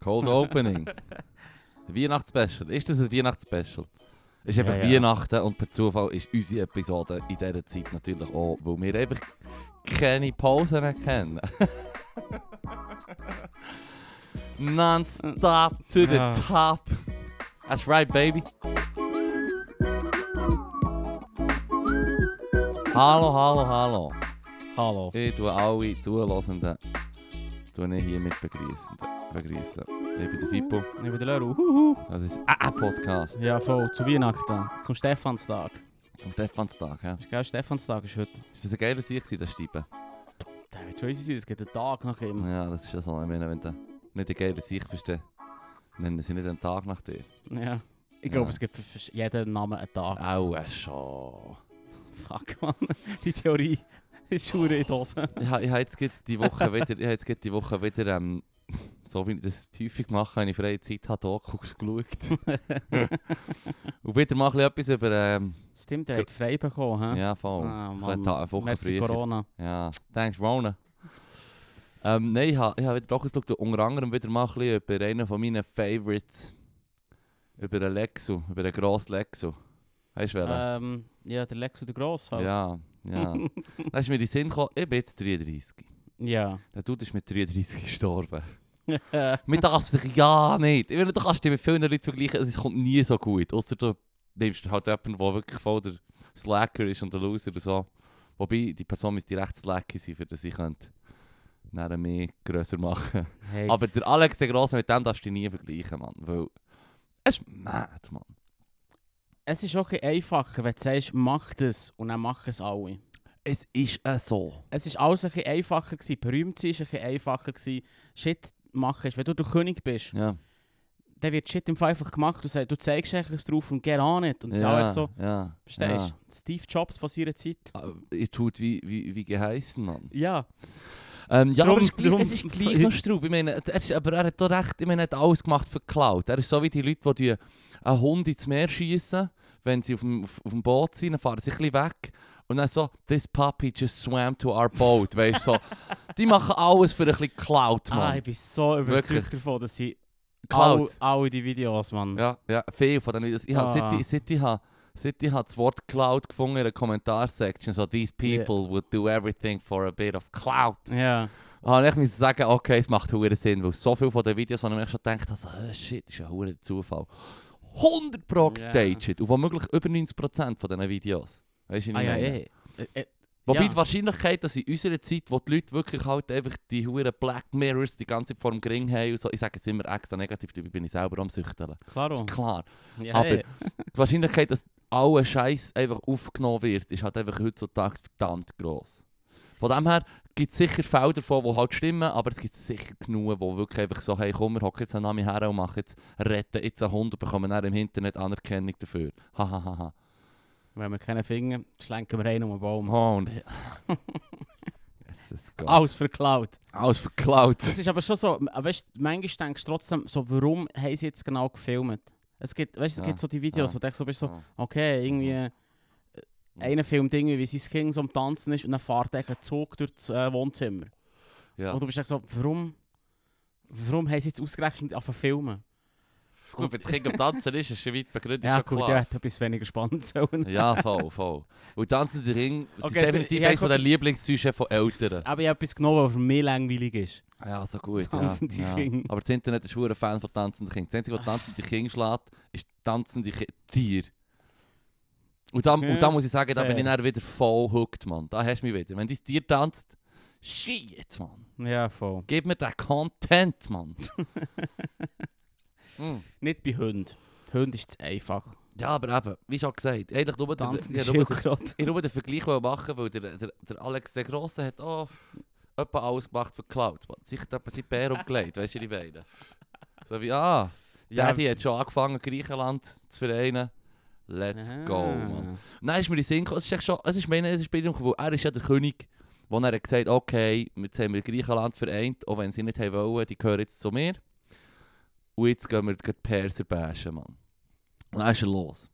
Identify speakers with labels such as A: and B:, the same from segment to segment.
A: Cold Opening. Weihnachtsspecial. Ist das ein Weihnachtsspecial? Ist einfach
B: Ja, ja.
A: Weihnachten und per Zufall ist unsere Episode in dieser Zeit natürlich auch, weil wir einfach keine Pause mehr kennen. Non-stop to the
B: Ja.
A: top. That's right, baby. Hallo, hallo, hallo.
B: Hallo.
A: Ich tue alle Zuhörenden tue ich hiermit begrüßen. begrüßen. Ich
B: Mhm.
A: bin der Fippo.
B: Ich bin der Leru. Huhu.
A: Das ist ein Podcast
B: Ja, voll. Zu Weihnachten. Zum Stefanstag.
A: zum Stefanstag. Ja.
B: Ist geil, Stefanstag ist heute.
A: Ist das ein geiler Sieg, gewesen, der Stiebe?
B: Der wird schon easy sein. Es geht einen Tag nach ihm.
A: Ja, das ist ja so. Ich meine, wenn du nicht ein geiler Sieg bist, dann nennen sie nicht einen Tag nach dir.
B: Ja. Ich glaube,
A: Ja.
B: es gibt für- für jeden Namen einen Tag.
A: Aua, schon.
B: Fuck, man. Die Theorie ist schwer in die Hose.
A: Ich, ha- ich habe jetzt gerade die Woche wieder, ich habe jetzt gerade die Woche wieder ähm, so wie ich das häufig mache, wenn ich freie Zeit habe, Dokus geschaut. Und wieder mal ein bisschen etwas über... Ähm,
B: Stimmt, der hat frei bekommen. hä?
A: ja, voll.
B: Ah,
A: Ein
B: Mann.
A: bisschen Ta- eine Woche
B: Merci
A: früher.
B: Corona.
A: Ja, thanks Rona. Ähm, nein, ich habe ich hab wieder doch geschaut, unter anderem wieder mal ein bisschen über einen von meinen Favorites. Über den Lexu, über den grossen Lexu. Weißt du, welchen?
B: Ähm, ja, der Lex und der Gross halt.
A: Ja, ja. da ist mir in den Sinn gekommen, ich bin jetzt 33.
B: Ja.
A: Der Dude ist mit 33 gestorben. Man darf sich ja nicht. Ich meine, du kannst dich mit vielen Leuten vergleichen, es kommt nie so gut. Außer du nimmst halt jemanden, der wirklich voll der Slacker ist und der Loser oder so. Wobei, die Person müsste recht slacky sein, für dass ich könnte nachher mehr grösser machen
B: hey.
A: Aber der Alex der Grosse, mit dem darfst du dich nie vergleichen, Mann. Weil, es ist mad, Mann.
B: Es ist auch ein bisschen einfacher, wenn du sagst, mach das und dann machen es alle.
A: Es ist äh so.
B: Es war alles ein bisschen einfacher. Gewesen. Berühmt sein war ein bisschen einfacher. Gewesen. Shit machen. ist- Wenn du der König bist,
A: Ja.
B: dann wird Shit im Fall einfach gemacht. Du, sagst, du zeigst etwas drauf und geh an nicht. Und es ist auch
A: ja,
B: so,
A: ja, Ja.
B: verstehst du? Steve Jobs von seiner Zeit.
A: Ah, Ihr tut wie, wie, wie geheißen, Mann.
B: Ja.
A: Ähm, ja,
B: Darum
A: aber es
B: ist
A: ist, gleich-
B: drum-
A: es ist gleich noch Straub. Ich meine, er ist, aber er hat doch recht, ich meine, er hat alles gemacht für Cloud. Er ist so wie die Leute, die einen Hund ins Meer schießen, wenn sie auf dem, auf, auf dem Boot sind, dann fahren sie ein bisschen weg. Und dann so, this puppy just swam to our boat. Weißt du, so. Die machen alles für ein bisschen Cloud,
B: Ah,
A: Mann.
B: ich bin so überzeugt
A: Wirklich.
B: davon, dass sie alle,
A: Cloud.
B: alle die Videos, Mann.
A: Ja, ja, viel von den Videos. Ich habe,
B: Ah.
A: seit, ich- seit, ich habe, seit ich habe das Wort Cloud gefunden in der Kommentarsektion, so, these
B: Yeah.
A: people would do everything for a bit of Cloud.
B: Ja.
A: Ah, und ich muss sagen, okay, es macht hure Sinn, weil so viel von den Videos, habe ich mir schon gedacht, also, oh, shit, das ist ja hure Zufall. 100 Pro
B: Ja.
A: gestaged und womöglich über 90% von diesen Videos. Weißt du, wie
B: Ah,
A: ich
B: ja,
A: meine?
B: eh. Äh, äh,
A: Wobei
B: ja.
A: die Wahrscheinlichkeit, dass in unserer Zeit, wo die Leute wirklich halt einfach die hure Black Mirrors die ganze Zeit vor dem Gring haben und so, ich sage es immer extra negativ, dabei bin ich selber am Süchteln.
B: Klaro.
A: Ist klar.
B: Ja,
A: aber-
B: eh.
A: Die Wahrscheinlichkeit, dass alle Scheiß einfach aufgenommen wird, ist halt einfach heutzutage verdammt gross. Von dem her gibt es sicher Fälle davon, die halt stimmen, aber es gibt sicher genug, die wirklich einfach so, hey komm, wir hocken jetzt einen Namen her und machen jetzt, retten jetzt einen Hund und bekommen dann im Internet Anerkennung dafür. Hahaha. Ha, ha,
B: Wenn wir keine Finger, schlenken wir einen um den Baum.
A: ha. Oh, und... Jesus Gott.
B: Alles verklaut.
A: Alles verklaut.
B: Das ist aber schon so, äh, weißt du, manchmal denkst du trotzdem so, warum haben sie jetzt genau gefilmt? Es gibt, weißt, es
A: Ja,
B: gibt so die Videos,
A: ja.
B: wo du denkst, so bist so,
A: Ah.
B: okay, irgendwie, äh,
A: Mhm.
B: einer filmt irgendwie, wie sein Kind so am Tanzen ist und dann fährt er einen Zug durch das äh, Wohnzimmer.
A: Ja.
B: Und du bist echt so, warum, warum haben sie jetzt ausgerechnet auf filmen?
A: Gut, wenn das Kind am Tanzen ist, ist schon weit begründet,
B: Ja
A: ist schon
B: gut,
A: klar.
B: der hat etwas weniger spannend sollen.
A: Ja, voll, voll. Und tanzen sie Ring, sind
B: Okay, so-
A: definitiv
B: ja,
A: eines von
B: guck,
A: den Lieblingssäuschen von Eltern.
B: Aber ich habe etwas genommen, was für mich langweilig ist.
A: Ah Ja, so gut.
B: Tanzende
A: ja. Ja.
B: Kinder.
A: Aber das Internet ist ein Fan von tanzenden Kindern. Das Einzige, was tanzende Kinder schlägt, ist tanzende Ki- Tiere. Und da, und da
B: Ja,
A: muss ich sagen, da bin ich
B: fair.
A: dann wieder voll hooked, Mann. Da hast du mich wieder. Wenn dein Tier tanzt, shit, Mann.
B: Ja, voll.
A: Gib mir den Content, Mann. mm.
B: Nicht bei Hunden. Hunden ist es einfach.
A: Ja, aber eben, wie schon gesagt, eigentlich nur der,
B: Tanzen
A: ja,
B: ist
A: nur
B: auch
A: der,
B: gerade.
A: ich nur den Vergleich wollte machen, weil der, der, der Alex der Grosse hat auch etwa alles gemacht für Cloud. Mann. Sicher hat jemand seinen Bär umgelegt, weißt du, die beiden. So wie, ah. Daddy hat schon angefangen, Griechenland zu vereinen. Let's
B: Ah.
A: go, man. Nein, ist mir in den Sinn gekommen. Es ist echt schon, es ist meine, es ist Bildung, weil er ist ja der König, wo er hat gesagt okay, jetzt haben wir Griechenland vereint, auch wenn sie nicht haben wollen, die gehören jetzt zu mir. Und jetzt gehen wir gleich die Perser bashen, Mann. Und dann ist er los.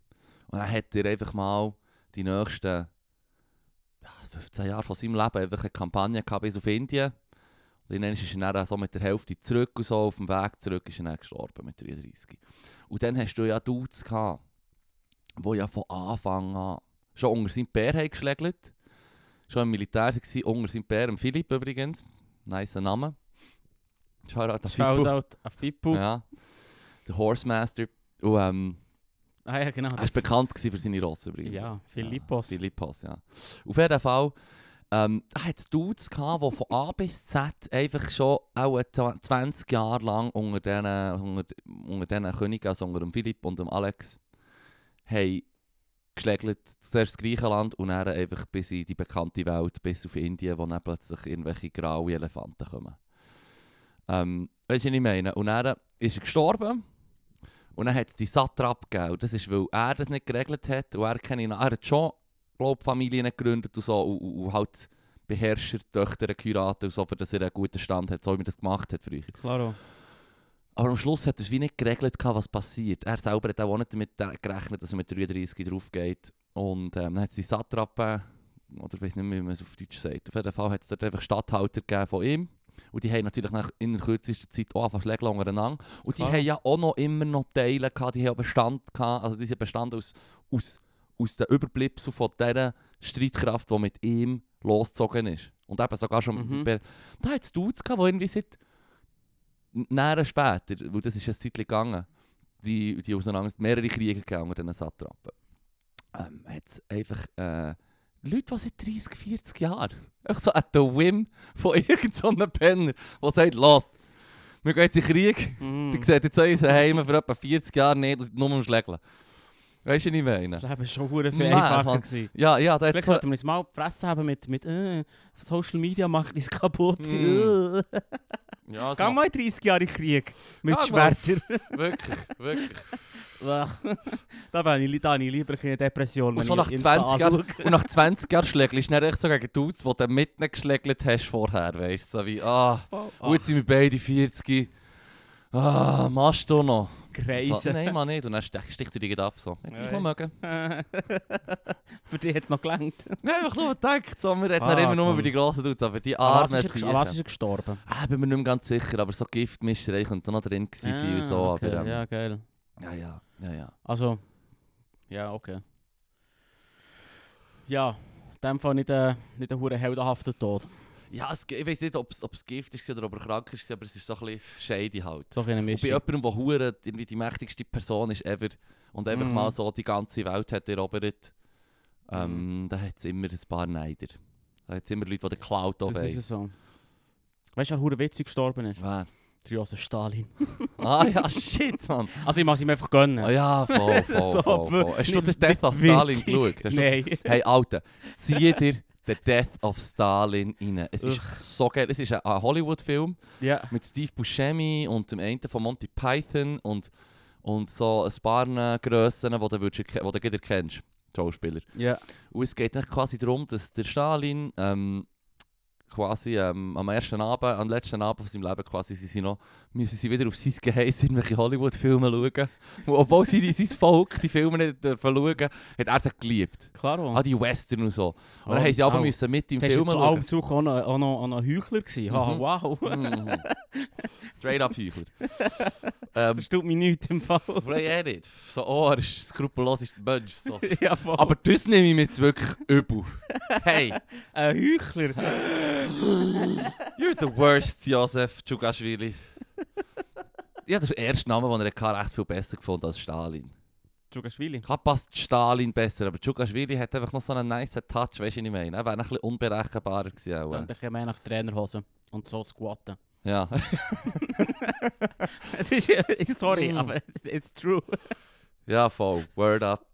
A: Und dann hat er einfach mal die nächsten ja, 15 Jahre von seinem Leben einfach eine Kampagne gehabt bis auf Indien. Und dann ist er dann so mit der Hälfte zurück und so auf dem Weg zurück ist er dann gestorben mit 33. Und dann hast du ja Dudes gehabt, die ja von Anfang an schon unter seinem Bär haben geschlägelt. Schon im Militär waren, unter seinem Bär, im Philipp übrigens. Nice Name. Shoutout an Fippo.
B: Shoutout an Fippo.
A: Ja. Der Horsemaster. Und ähm,
B: Ah ja, genau.
A: er war bekannt gewesen für seine Rosse übrigens.
B: Ja, Philippos.
A: Ja, Philippos, ja. Auf jeden Fall ähm, da hat es Dudes gehabt, die von A bis Z einfach schon auch 20 Jahre lang unter diesen unter, unter diesen Königen, also unter dem Philipp und dem Alex, haben geschlägelt. Zuerst das Griechenland und dann einfach bis in die bekannte Welt, bis auf Indien, wo dann plötzlich irgendwelche grauen Elefanten kommen. Ähm, weißt du, was ich meine? Und dann ist er gestorben. Und dann hat es die Satrap gegeben. Und Das ist, weil er das nicht geregelt hat. Und er, keine, er hat schon, glaube Familien gegründet und so. Und, und, und halt Beherrscher, Töchter geheiratet und so, für dass er einen guten Stand hat, so wie man das gemacht hat früher.
B: Klaro.
A: Aber am Schluss hat er es wie nicht geregelt, gehabt, was passiert. Er selber hat auch nicht damit äh, gerechnet, dass er mit 33 drauf geht. Und ähm, dann hat es die Satrapen, oder ich weiß nicht mehr, wie man es auf Deutsch sagt. Auf jeden Fall hat es dort einfach Stadthalter gegeben von ihm. Und die haben natürlich nach, in der kürzesten Zeit auch einfach Schläge untereinander. Und die
B: Klar.
A: haben ja auch noch immer noch Teile gehabt, die haben auch Bestand gehabt. Also diese Bestand aus, aus, aus den Überbleibseln von dieser Streitkraft, die mit ihm losgezogen ist. Und eben sogar schon mit
B: Mhm.
A: seinem Bär. Da hat es Dudes gehabt, die irgendwie seit Näher später, weil das ist ja eine Zeit lang gegangen, die, die auseinander, mehrere Kriege gegangen unter diesen Satrapen, ähm, hat es einfach äh, Leute, die seit 30, 40 Jahren, einfach so at the whim von irgendeinem Penner, der sagt, los, wir gehen jetzt in den Krieg,
B: Mm.
A: die sehen jetzt unseren Heim für etwa 40 Jahre nicht, das sind nur am Schlägeln. Weißt du, was ich meine?
B: Das Leben war schon verdammt viel
A: Mann,
B: einfacher.
A: Mann.
B: gewesen.
A: Ja, ja, da
B: Vielleicht
A: hat
B: sollten wir uns mal die Fresse haben mit, mit äh, Social Media macht uns kaputt.
A: Mm.
B: Äh.
A: ja,
B: Geh mal in 30 Jahre in den Krieg mit
A: Ja,
B: Schwertern.
A: wirklich, wirklich.
B: da, bin ich, li- da habe ich lieber eine
A: Und
B: Depression. wenn
A: so
B: ich
A: nach
B: Insta
A: 20
B: anschaue.
A: Jahren, und nach 20 Jahren schlägelst du dann echt so gegen die Dudes, die du mit ihnen geschlägelt hast vorher, weißt du? So wie, ah,
B: Oh,
A: und jetzt sind wir beide 40. Ah, machst du noch? So,
B: Kreisen.
A: nein, man nicht. Und dann stech- sticht er dich gleich ab. So. Hätte ich
B: Ja.
A: mal mögen.
B: Für dich hat es noch gelangt.
A: Nein, einfach nur gedacht. So, wir reden
B: Ah,
A: dann immer nur
B: cool.
A: über die grossen Dudes, aber die
B: An
A: armen
B: was ist, er- an was ist
A: Ziegen.
B: er gestorben?
A: Ah, bin mir nicht mehr ganz sicher, aber so Giftmischerei könnte noch drin gewesen sein und so.
B: Ah, okay.
A: Aber, ähm,
B: Ja, geil.
A: ja, ja, ja, ja.
B: Also, ja, okay. Ja, in dem Fall nicht, äh, nicht ein hure heldenhafter Tod.
A: Ja, es, ich weiß nicht, ob es Gift ist oder ob er krank ist, aber es ist so ein bisschen shady halt.
B: Doch eine
A: Und bei
B: Mischung.
A: jemandem, der hure irgendwie die mächtigste Person ist ever und einfach
B: Mhm.
A: mal so die ganze Welt hat erobert, ähm,
B: Mhm.
A: da hat es immer ein paar Neider. Da hat es immer Leute, die den Cloud
B: Das ist
A: haben.
B: es so. Weißt du, wer hure witzig gestorben ist?
A: Wer?
B: Triosa Stalin.
A: Ah ja, shit, Mann.
B: Also ich muss ihm einfach gönnen.
A: Ah ja, oh, voll, voll,
B: So,
A: voll, voll. Hast du den
B: nicht-
A: Death of
B: nicht
A: Stalin
B: witzig.
A: geschaut? Hast du-
B: Nein.
A: Hey, Alter, zieh dir den Death of Stalin rein. Es ist so geil. Es ist ein- ein Hollywood-Film.
B: Ja.
A: mit Steve Buscemi und dem einen von Monty Python und, und so ein paar äh, Grössen, die du, würdest erke- die du gleich erkennst, Schauspieler.
B: Ja.
A: Und es geht dann quasi darum, dass der Stalin ähm, quasi ähm, am ersten Abend, am letzten Abend von seinem Leben quasi, sie sind noch, müssen sie wieder auf sein Geheiß irgendwelche Hollywood-Filme schauen. Und obwohl sie, sein Volk die Filme nicht dürfen schauen, hat er sie geliebt.
B: Klaro.
A: Auch die Western und so. Und
B: Oh,
A: dann haben sie aber müssen mit im
B: Das
A: Film
B: war zu allem
A: schauen.
B: Zug auch noch, auch noch, auch noch Heuchler. gewesen. Ha,
A: Mhm.
B: Wow.
A: Mhm. Straight up Heuchler. Ähm,
B: Das tut mir nichts im Fall.
A: Nein, eh nicht. So, oh, er ist skrupellos, ist Mensch. So.
B: ja, voll.
A: Aber das nehme ich mir jetzt wirklich übel. Hey,
B: ein Heuchler.
A: you're the worst, Josef Djugashvili. Ich habe den ersten Namen, den er hatte, echt viel besser gefunden als Stalin.
B: Djugashvili.
A: Klar passt Stalin besser, aber Djugashvili hat einfach noch so einen nice Touch, weißt du, was ich meine? Er wäre noch ein bisschen unberechenbarer gewesen.
B: Das
A: Auch.
B: klingt ein bisschen mehr nach Trainerhosen. Und so squatten.
A: Ja.
B: Es ist, sorry,
A: Mm.
B: aber it's, it's true.
A: ja, voll. Word up.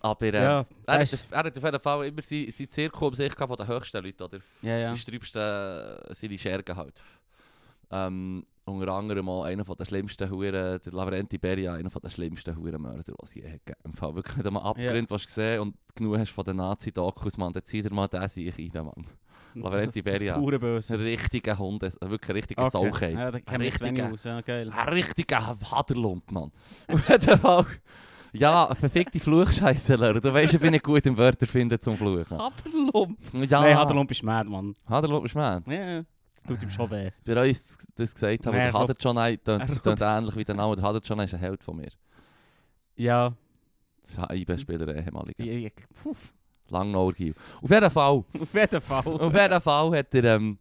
A: Aber äh, er, hat,
B: weißt-
A: auf- er hat auf jeden Fall immer seinen sein Zirkel um sich gehabt von den höchsten Leuten, oder?
B: ja, ja.
A: die schreibsten äh, seine Schergen halt. Ähm, unter anderem auch einer von der schlimmsten Huren, der Lavrenti Beria, einer von der schlimmsten Hurenmörder, die es je hat gegeben. Im Fall wirklich nicht einmal abgegründet, was du gesehen und genug hast von den Nazi-Dokus, Mann, dann zieh dir mal den sich rein, Mann. Lavrenti
B: Das-
A: Beria.
B: Das ist pure
A: Das ist ein
B: Böse.
A: richtiger Hund, ein- wirklich ein richtiger okay.
B: Okay. Ja, da kennen wir jetzt
A: richtiger-
B: wenig aus. Ja, geil.
A: Ein richtiger Haderlump, Mann. Auf jeden Fall. Ja, verfickte Fluchscheisseler. Du weißt, ich bin nicht gut im
B: Ah,
A: Wörter finden zum Fluchen.
B: Haderlump.
A: Ja,
B: Nein, Haderlump ist mad, Mann.
A: Haderlump ist Mann.
B: Ja, ja. tut ihm schon weh.
A: Bei uns das gesagt haben,
B: Nee,
A: der
B: Rob-
A: Haderjonai
B: Rob-
A: tönt tönt ähnlich wie der Name. Der Haderjonai ist ein Held von mir.
B: Ja,
A: Das ist ein IB-Spieler, ehemaliger.
B: ich, ich, puf,
A: Langnauer Giel. Auf jeden Fall.
B: auf jeden Fall.
A: Auf jeden Fall hat er... Ähm,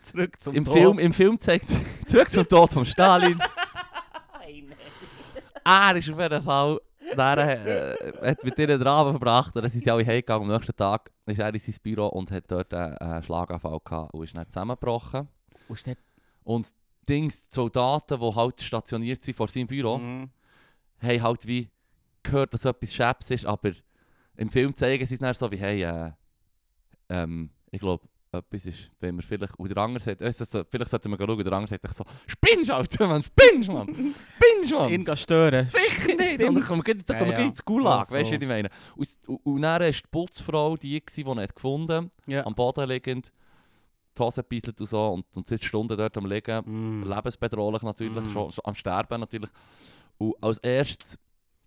B: Zurück zum
A: Im
B: Tod.
A: Film, Im Film zeigt zurück zum Tod von Stalin. er ist auf jeden Fall. Er äh, hat mit ihnen den Abend verbracht. Dann sind sie alle heimgegangen. Am nächsten Tag ist er in sein Büro und hat dort einen, einen Schlaganfall gehabt und ist dann zusammengebrochen.
B: Wo ist der?
A: Und das Ding, die Soldaten, die halt stationiert sind vor seinem Büro,
B: Mhm.
A: haben halt wie gehört, dass etwas Schäbs ist, aber im Film zeigen sie es dann so wie, hey, äh, ähm, ich glaube, etwas ist, wenn man vielleicht, und der andere sagt, äh, so- vielleicht sollten wir schauen, der andere sagt echt so, spinnst Alter, Mann, spinnst, Mann, spinnst,
B: Ihn
A: Mann.
B: gehen stören.
A: Sicher nicht!
B: Stimmt.
A: Und dann kommen wir gleich- dann
B: Ja,
A: kommen wir
B: ja.
A: gleich ins Gulag,
B: Voll,
A: weißt du,
B: voll.
A: was ich meine? Und, s- und, und dann war die Putzfrau die, gewesen, die ihn hat gefunden
B: Ja.
A: am Boden liegend, die Hose gebeißelt und so, und, und sitzt Stunden dort am Liegen.
B: Mhm.
A: Lebensbedrohlich natürlich,
B: Mm.
A: schon, schon am Sterben natürlich. Und als erstes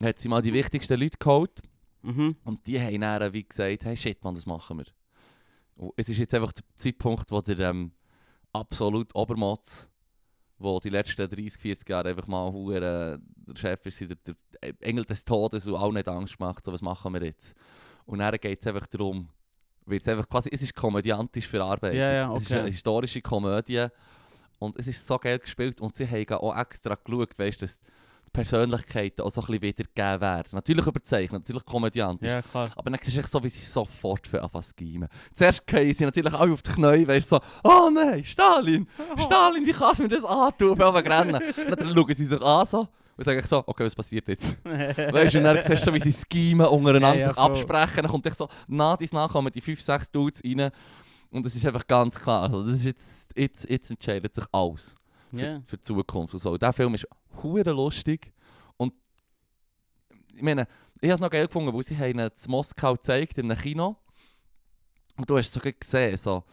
A: hat sie mal die wichtigsten Leute geholt
B: Mhm.
A: und die haben dann wie gesagt, hey shit man, das machen wir. Und es ist jetzt einfach der Zeitpunkt, wo der ähm, absolut Obermotz, wo die letzten 30, 40 Jahre einfach mal hure der Chef ist, der, der Engel des Todes und auch nicht Angst macht, so was machen wir jetzt. Und dann geht es einfach darum, wird's einfach quasi, es ist komödiantisch verarbeitet.
B: Ja, ja,
A: Es ist
B: okay.
A: eine historische Komödie und es ist so geil gespielt und sie haben auch extra geschaut, weißt du, dass die Persönlichkeiten auch so ein bisschen wiedergegeben werden. Natürlich überzeichnet, natürlich komödiantisch.
B: Ja, klar.
A: Aber dann siehst du echt so, wie sie sofort für anfangen zu schemen. Zuerst gehen sie natürlich alle auf die Knie, weißt du, so, oh nein, Stalin, Stalin, wie kannst du mir das antun? Auf einmal rennen. Und dann schauen sie sich an so und sagen so, okay, was passiert jetzt? Weißt du, und dann siehst du, so, wie sie schemen, untereinander
B: Ja, ja,
A: sich
B: voll.
A: absprechen. Dann kommt echt so, nach dies nach kommen die 5, 6 Dudes rein. Und es ist einfach ganz klar, also das ist jetzt, jetzt, jetzt entscheidet sich alles für,
B: Ja.
A: für die Zukunft und so. Der Film ist hure lustig und ich meine, ich habe es noch geil gefunden, weil sie haben ihn in Moskau gezeigt in einem Kino und du hast sogar gesehen, so,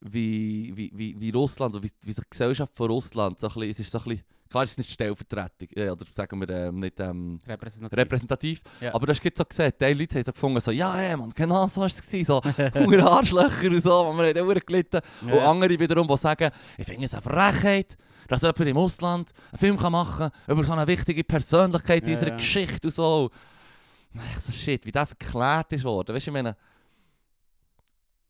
A: wie, wie, wie, wie Russland, und wie, wie sich die Gesellschaft von Russland so ein bisschen, es ist so ein bisschen, klar es ist nicht Stellvertretung, äh, oder sagen wir ähm, nicht ähm,
B: Repräsentativ.
A: repräsentativ,
B: Ja.
A: aber du hast gerade so gesehen, die Leute haben so gefunden, so, ja, ey, Mann, genau so war es, gewesen, so, hure Arschlöcher und so, man hat auch hure gelitten.
B: Ja.
A: Und andere wiederum, die sagen, ich finde es eine Frechheit, dass jemand im Ausland einen Film kann machen kann über so eine wichtige Persönlichkeit in
B: Ja,
A: unserer
B: ja.
A: Geschichte und so. Und Ich so, shit, wie der verklärt ist worden. Weißt du, ich meine,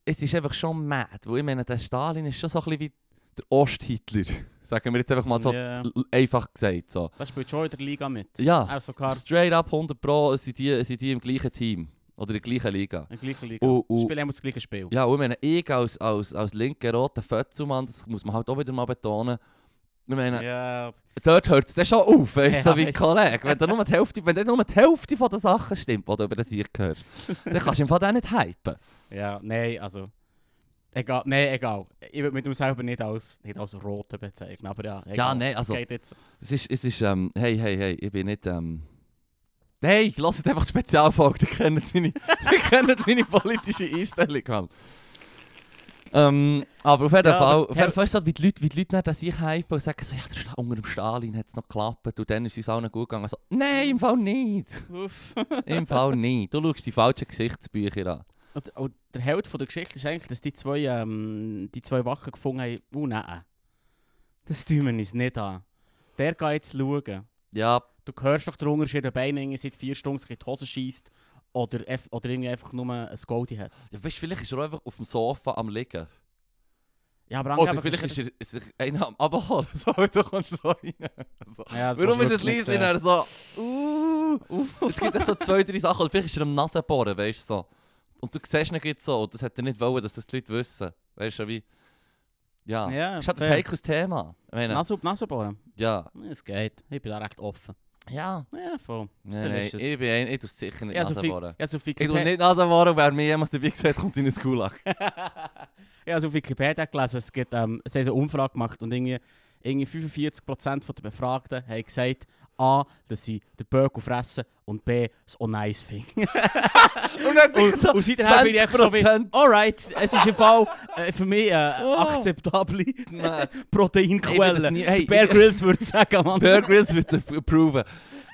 A: es ist einfach schon mad, weil ich meine, der Stalin ist schon so ein bisschen wie der Osthitler. Sagen wir jetzt einfach mal so
B: Ja.
A: l- einfach gesagt. So.
B: Das spielt schon in der Liga mit.
A: Ja,
B: Auch sogar
A: straight up 100 Pro sind die, sind die im gleichen Team oder in der gleichen Liga.
B: in der gleichen Liga.
A: Und-
B: Sie
A: und-
B: spielen immer das gleiche Spiel.
A: Ja, und ich meine, ich als, als, als linker roter Fötzelmann, das muss man halt auch wieder mal betonen. Ich meine,
B: Ja.
A: dort hört es dann schon auf, weißt du,
B: Ja,
A: so wie
B: weisst.
A: Kollege. Wenn da nur die Hälfte, wenn da nur die Hälfte von den Sachen stimmt, die du über den Sieg hörst, dann kannst du im Fall auch nicht hypen.
B: Ja, nein, also. Egal, nein, egal. Ich würde mit dem selber nicht als, nicht als Rote bezeichnen, aber ja. Egal.
A: nein, also-
B: Es geht jetzt.
A: Es ist, es ist, ähm, hey, hey, hey, ich bin nicht, ähm, hey, lasst einfach die Spezialfolge, ihr kennt meine, ihr kennt meine politische Einstellung, Mann. Ähm, aber auf jeden
B: Ja,
A: Fall,
B: aber-
A: auf jeden Fall ist das, wie die Leute, wie die Leute dann sich hypen und sagen so, ja, der Sta- unter dem Stalin hat es noch geklappt und dann ist es allen gut gegangen. Also, nein, im Fall nicht,
B: Uff.
A: im Fall nicht. Du schaust die falschen Geschichtsbücher an.
B: Und, und der Held von der Geschichte ist eigentlich, dass die zwei, ähm, die zwei Wachen gefunden haben, oh nein, das tun wir uns nicht an. Der geht jetzt schauen.
A: Ja,
B: Du hörst doch den Unterschied, ob einer irgendwie seit vier Stunden sich in die Hose schießt oder, eff- oder irgendwie einfach nur ein Goldie hat.
A: ja weißt, vielleicht ist er auch einfach auf dem Sofa am liegen.
B: Ja, aber
A: Oder
B: angeblich
A: vielleicht ist er ist sich einer am Abholen, so, und du kommst so rein. So.
B: er...
A: Warum ist
B: Ja, kannst du
A: das
B: wirklich
A: Liesli
B: nicht
A: dann so, uh, es gibt ja so zwei, drei Sachen, oder vielleicht ist er am Nase bohren, weißt du so. Und du siehst ihn gerade so, und das hätte er nicht wollen, dass das die Leute wissen. Weißt du, wie. Ja.
B: sehen. Ja,
A: ist halt ein
B: fair.
A: heikles Thema. Ich meine,
B: Nase auf Nase bohren.
A: ja.
B: Ja, Es geht. Ich bin da recht offen.
A: Ja.
B: Ja, voll.
A: Nein, nein, ich bin ein, ich tue sicher nicht
B: Ja, so
A: Nase
B: viel-
A: bohren.
B: Ja, so
A: Ich tue
B: Wikipedia,
A: nicht Nase bohren, und wer mir jemals dabei gesagt kommt in ein Gulag.
B: ja, so Wikipedia gelesen, es, gibt, ähm, es haben so eine Umfrage gemacht und irgendwie, irgendwie 45% der Befragten haben gesagt, A, dass sie den Böckel fressen und B, es auch nice finden.
A: Und dann
B: und, und seither bin ich echt so wie,
A: 20%.
B: alright, es ist im Fall äh, für mich eine
A: Oh.
B: akzeptable
A: Mad. Ich bin
B: Proteinquelle.
A: das nie- hey,
B: Bear
A: ich-
B: Grylls würde sagen, Mann.
A: Bear Grylls wird es approven.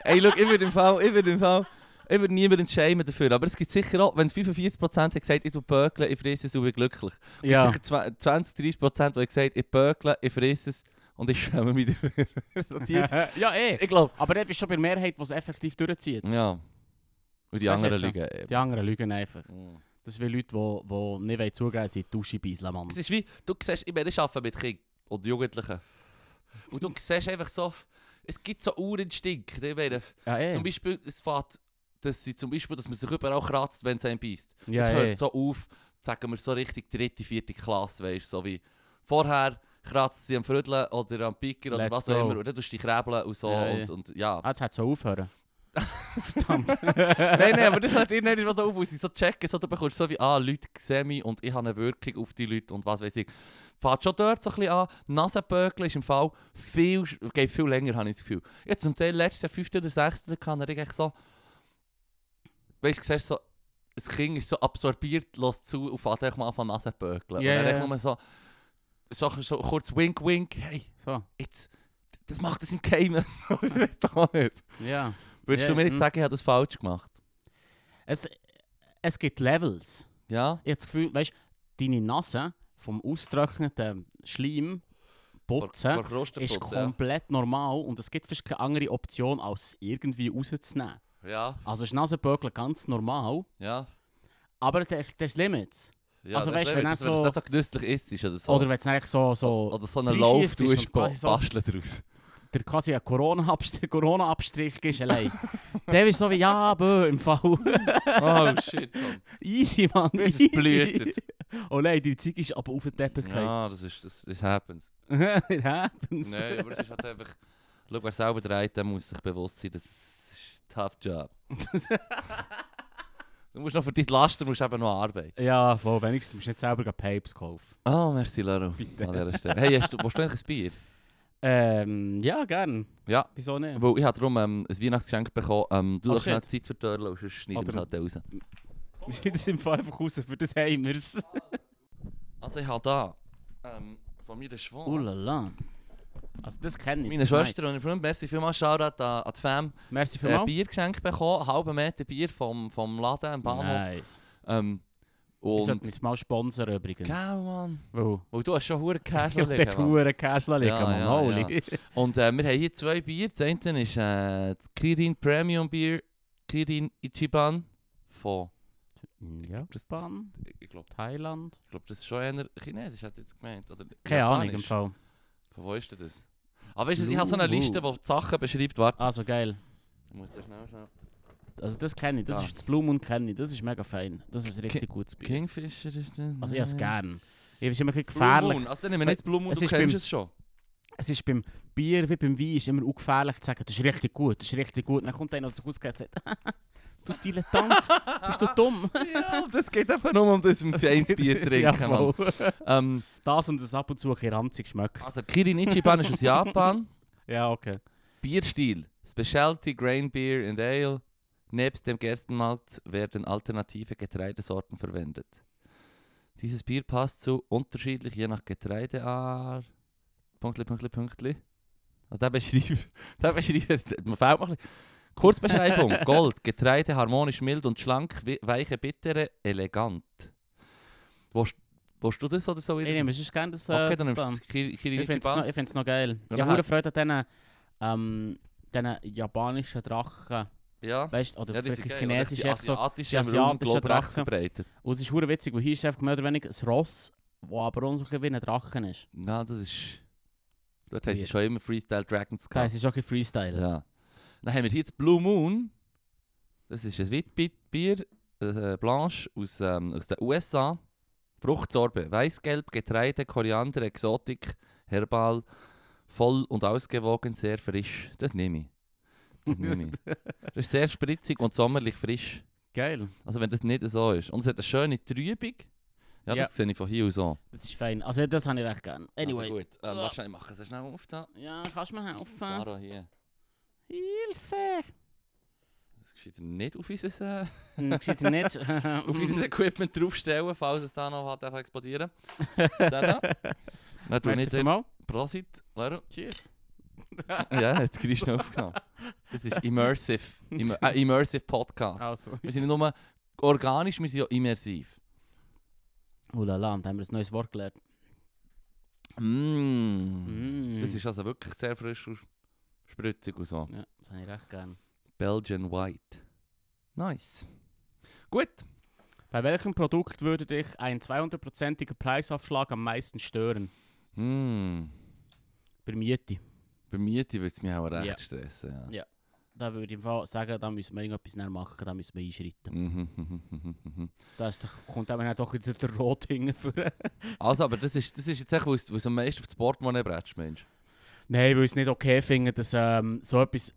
A: Ey, look, ich würde im Fall, ich würde im Fall, Ich würde niemanden schämen dafür, aber es gibt sicher auch, wenn es 45% haben gesagt, ich tue Bökeln, ich fresse es und ich glücklich. Und
B: Ja.
A: sicher zwa- 20, 30%, die gesagt ich bökle, ich fresse es und ich schäme mich dafür. so die,
B: ja, eh.
A: ich glaube.
B: Aber dort bist du schon bei der Mehrheit, die es effektiv durchzieht.
A: Ja. Und die eh.
B: Das ist
A: anderen
B: jetzt
A: liegen eben.
B: Die anderen lügen einfach.
A: Mm.
B: Das sind wie Leute, die, die nicht wollen zugeben wollen, sie duschen Beisler, Mann.
A: Es ist wie, du siehst, ich meine, ich arbeite mit Kindern und Jugendlichen. Und du siehst einfach so, es gibt so Uhrenstink. Ich meine,
B: Ja, eh.
A: Zum Beispiel, es fährt, dass sie zum Beispiel, dass man sich überall kratzt, wenn es einen beißt.
B: Ja,
A: das hört
B: eh.
A: so auf, sagen wir so richtig dritte, vierte Klasse, weißt du, so wie vorher kratzt sie am Frödeln oder am Piker oder
B: Let's
A: was auch
B: go.
A: immer und dann tust du dich krebeln und so
B: Ja,
A: und,
B: ja.
A: und ja.
B: Ah, jetzt hat so aufhören. Verdammt.
A: nein, nein, aber das hört irgendwann mal so auf, weil sie so checken, so, du bekommst so wie, ah, Leute sehen mich und ich habe eine Wirkung auf die Leute und was weiß ich. Fährt schon dort so ein bisschen an, Nasenböckeln ist im Fall viel, sch- geht viel länger, habe ich das Gefühl. Jetzt zum Teil letztes Jahr, 5. oder 6. kann er eigentlich so, weißt du, siehst so, das Kind ist so absorbiert, lässt zu und fährt einfach mal an Nasenböckeln.
B: Ja,
A: und dann
B: ja,
A: echt
B: ja.
A: nur so, so, so kurz wink, wink, hey,
B: So,
A: jetzt, das macht es im Geheimen. ich weiß doch auch nicht.
B: ja.
A: Würdest du
B: Ja,
A: mir jetzt
B: mhm.
A: sagen, ich habe das falsch gemacht?
B: Es, es gibt Levels.
A: Ja?
B: Ich habe das Gefühl, weißt du, deine Nase vom ausgetrockneten Schleim putzen
A: Vor- vor Krusten
B: ist
A: putzen, ja.
B: komplett normal und es gibt fast keine andere Option, als es irgendwie rauszunehmen.
A: Ja,
B: Also ist Nasenböckeln ganz normal,
A: ja.
B: aber das ist Limits.
A: ja
B: Also
A: das
B: weißt du,
A: ist
B: wenn
A: eben
B: er
A: das,
B: so-
A: Wenn es nicht so genüsslich ist, ist oder so.
B: Oder wenn es eigentlich so, so
A: oder so einen
B: drei
A: Lauf,
B: Schiesst
A: du
B: ist
A: bist
B: und quasi so-
A: basteln draus.
B: der quasi ein Corona-Abstrich Corona ist allein, der ist so wie, ja, bö, im Fall.
A: Oh shit, Mann.
B: easy, Mann,
A: Bis
B: easy.
A: es blühtet.
B: Oh nein, die Zeug ist aber auf den Teppich gefallen.
A: Ja, das ist, das, das happens.
B: It happens.
A: Nein, aber es ist halt einfach... Schau, wer selber dreht, der muss sich bewusst sein, das ist ein tough job. du musst noch für dein Laster musst eben noch arbeiten.
B: Ja, voll, wenigstens musst du nicht selber gleich Papes kaufen.
A: Oh, merci Laro. An dieser Stelle. Hey, hast du, willst du eigentlich ein Bier?
B: Ähm, ja, gern.
A: Ja.
B: Wieso nicht?
A: Weil ich habe darum ähm, ein Weihnachtsgeschenk bekommen. Ähm, du
B: Oh,
A: hast noch
B: shit.
A: Zeit für die Törle und sonst schneiden wir es
B: Oder-
A: halt raus.
B: Wir sind das im Fall einfach raus, für das haben wir es. Ah,
A: Also ich habe da ähm, von mir den Schwan.
B: Uhlala. Also das kenne ich.
A: Meine
B: das
A: Schwester und ihr Freund, merci vielmals, Shoutout an, an die Fam.
B: schmeckt. Merci
A: Äh,
B: vielmals.
A: Bier geschenkt bekommen, einen halben Meter Bier vom, vom Laden am Bahnhof.
B: Nice.
A: Ähm,
B: Die sollten
A: und...
B: uns mal sponsern übrigens.
A: Genau, Mann.
B: Wow.
A: Weil du hast schon hure Cash
B: Ich hab den
A: liegen, Mann.
B: Huren Cash liegen,
A: Ja,
B: Mann.
A: ja,
B: Holy.
A: Und äh, wir haben hier zwei Bier. Das eine ist äh, das Kirin Premium Bier, Kirin Ichiban von...
B: Ja. Japan,
A: Ich, ich glaube,
B: Thailand.
A: ich glaub, das ist schon einer Chinesisch, hat jetzt gemeint. Oder
B: Keine Ahnung im
A: Japanisch.
B: Fall.
A: Von wo ist denn das? Aber weißt du, ich habe so eine
B: Lulu.
A: Liste, Ah, die die Sachen beschreibt. Warte,
B: Also geil.
A: ich muss da schnell, schnell...
B: Also das kenne ich, das
A: Ja.
B: ist das Blue Moon kenne ich, das ist mega fein. Das ist richtig gutes Bier.
A: Kingfisher ist das...
B: Also ich habe es gern. Ich ist immer ein bisschen
A: Blue Moon.
B: gefährlich.
A: Also dann nehmen wir nicht das Blue Moon,
B: Es
A: du
B: ist
A: kennst
B: beim-
A: es schon.
B: Es ist beim Bier wie beim Wein ist immer auch gefährlich zu sagen, das ist richtig gut, das ist richtig gut. Dann kommt einer, der sich ausgeht und sagt, du Dilettant, bist du dumm?
A: Ja, das geht einfach nur um das mit Bier trinken,
B: ja,
A: Mann.
B: voll.
A: Ähm,
B: Das und das ab und zu ein bisschen ranzig schmeckt.
A: also Kirin Ichiban ist aus Japan.
B: Ja, okay.
A: Bierstil. Specialty Grain Beer and Ale. Nebst dem Gerstenmalz werden alternative Getreidesorten verwendet. Dieses Bier passt zu unterschiedlich je nach Getreideart. Pünktli, pünktli, pünktli. Also der beschreibt, der beschreibt, es- man fehlt mal ein bisschen. Kurzbeschreibung. Gold, Getreide, harmonisch, mild und schlank, we- weiche, bittere, elegant. Wolltest willst du das oder so?
B: Ich nehme sonst gerne das, äh,
A: Okay, dann
B: das
A: nimmst du
B: da.
A: das Kir-
B: Ich finde es
A: Kirinichi-Ban.
B: noch, ich find's noch geil. Ich
A: Ja,
B: habe
A: ja.
B: Freude an diesen ähm, diesen japanischen Drachen.
A: Ja.
B: Weißt, oder
A: Ja, die
B: vielleicht
A: sind geil, oder?
B: chinesisch.
A: die
B: echt so.
A: asiatischen
B: die
A: haben wir auch im
B: asiatischen
A: Globe recht
B: Drachen.
A: verbreitet.
B: Und es ist hure witzig, weil hier ist einfach mehr oder weniger ein Ross, wo aber auch so ein bisschen wie ein Drachen ist.
A: Ja, das ist... Dort heisst
B: Weird.
A: es schon immer Freestyle Dragons
B: Das
A: gehabt.
B: heisst, es ist auch ein Freestyle.
A: Ja. Dann haben wir hier das Blue Moon. Das ist ein Witbier, äh, Blanche aus, ähm, aus den USA. Fruchtsorbe, Weißgelb, Getreide, Koriander, Exotik, herbal, voll und ausgewogen, sehr frisch. Das nehme ich. Das nehme ich. Das ist sehr spritzig und sommerlich frisch.
B: Geil.
A: Also wenn das nicht so ist. Und es hat eine schöne Trübung. Ja,
B: Ja.
A: das sehe ich von hier aus an.
B: Das ist fein. Also das habe ich recht gern. Anyway.
A: Also gut, ähm,
B: Ja.
A: wahrscheinlich machen sie schnell auf da.
B: ja, kannst du mir helfen?
A: Faro hier.
B: Hilfe!
A: Das geschieht nicht auf unser, äh,
B: Hm, Das sieht nicht.
A: auf unser Equipment draufstellen, falls es da noch hat, einfach explodieren. Seht ihr? Nein, du
B: Merci
A: nicht. äh,
B: vielmals.
A: Prosit. Lero.
B: Cheers.
A: Ah, Ja, jetzt kriegst du noch aufgenommen. Das ist immersive. Im, äh, immersive Podcast.
B: Also.
A: Wir sind nicht nur organisch, wir sind ja immersiv.
B: Ulala, und haben wir ein neues Wort gelernt.
A: Mm.
B: Mm.
A: Das ist also wirklich sehr frisch und spritzig und so.
B: Ja, das habe ich recht gern.
A: Belgian White. Nice. Gut.
B: Bei welchem Produkt würde dich ein 200%iger Preisaufschlag am meisten stören?
A: Mm.
B: Bei Miete.
A: Bei Miete würde es mich auch recht
B: Ja.
A: stressen. Ja.
B: Ja. Da würde ich im Fall sagen, da müssen wir irgendetwas näher machen, da müssen wir einschreiten.
A: Mhm, mhm, mhm, mhm.
B: Da ist doch, kommt eben auch doch wieder der Rot hingeführen.
A: Also, aber das ist, das ist jetzt echt, weil es am meisten auf das Portemonnaie bretst, Mensch.
B: Nein, weil ich es nicht okay finde, dass ähm, so etwas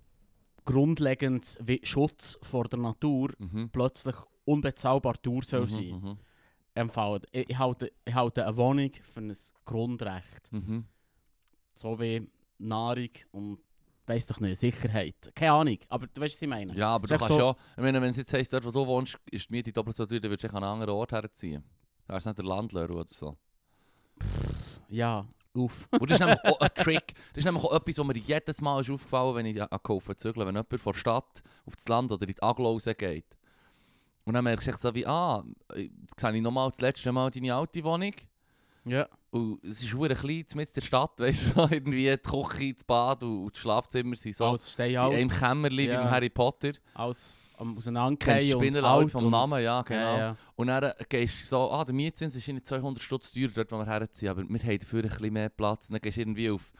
B: Grundlegendes wie Schutz vor der Natur
A: Mhm.
B: plötzlich unbezahlbar teuer soll sein.
A: Mhm,
B: Im Fall, ich, ich, halte, ich halte eine Wohnung für ein Grundrecht.
A: mhm, mhm.
B: So wie Nahrung und weiss doch nicht, Sicherheit. Keine Ahnung, aber du weißt, was ich meine.
A: Ja, aber du
B: Sag
A: kannst
B: so-
A: ja, ich meine, wenn es jetzt heisst, dort wo du wohnst, ist die Miete doppelt so teuer, dann würdest du echt an einen anderen Ort herziehen. Da ist nicht der Landlehrer oder so.
B: Ja, uff.
A: Und das ist nämlich auch ein Trick. Das ist nämlich auch etwas, was mir jedes Mal ist aufgefallen wenn ich an Kaufen zügle. Wenn jemand von der Stadt auf das Land oder in die Aglo rausgeht. Und dann merkst du echt so wie, ah, jetzt sehe ich nochmal das letzte Mal deine alte Wohnung.
B: Ja.
A: Und es ist hure klein, mitten in der Stadt, weißt du, so irgendwie die Küche, das Bad und, und das Stehen sind so
B: Alles steinalt,
A: in einem Kämmerli wie
B: Ja.
A: beim Harry Potter.
B: alles am
A: Kennst
B: Auseinandergehen
A: du
B: und
A: Spinner
B: alt
A: vom
B: und-
A: Namen, ja, genau.
B: Ja, ja.
A: Und dann gehst du so, ah, der Mietzins ist in 200 Stutz teurer, dort wo wir herziehen, aber wir haben dafür ein bisschen mehr Platz. Dann gehst du irgendwie auf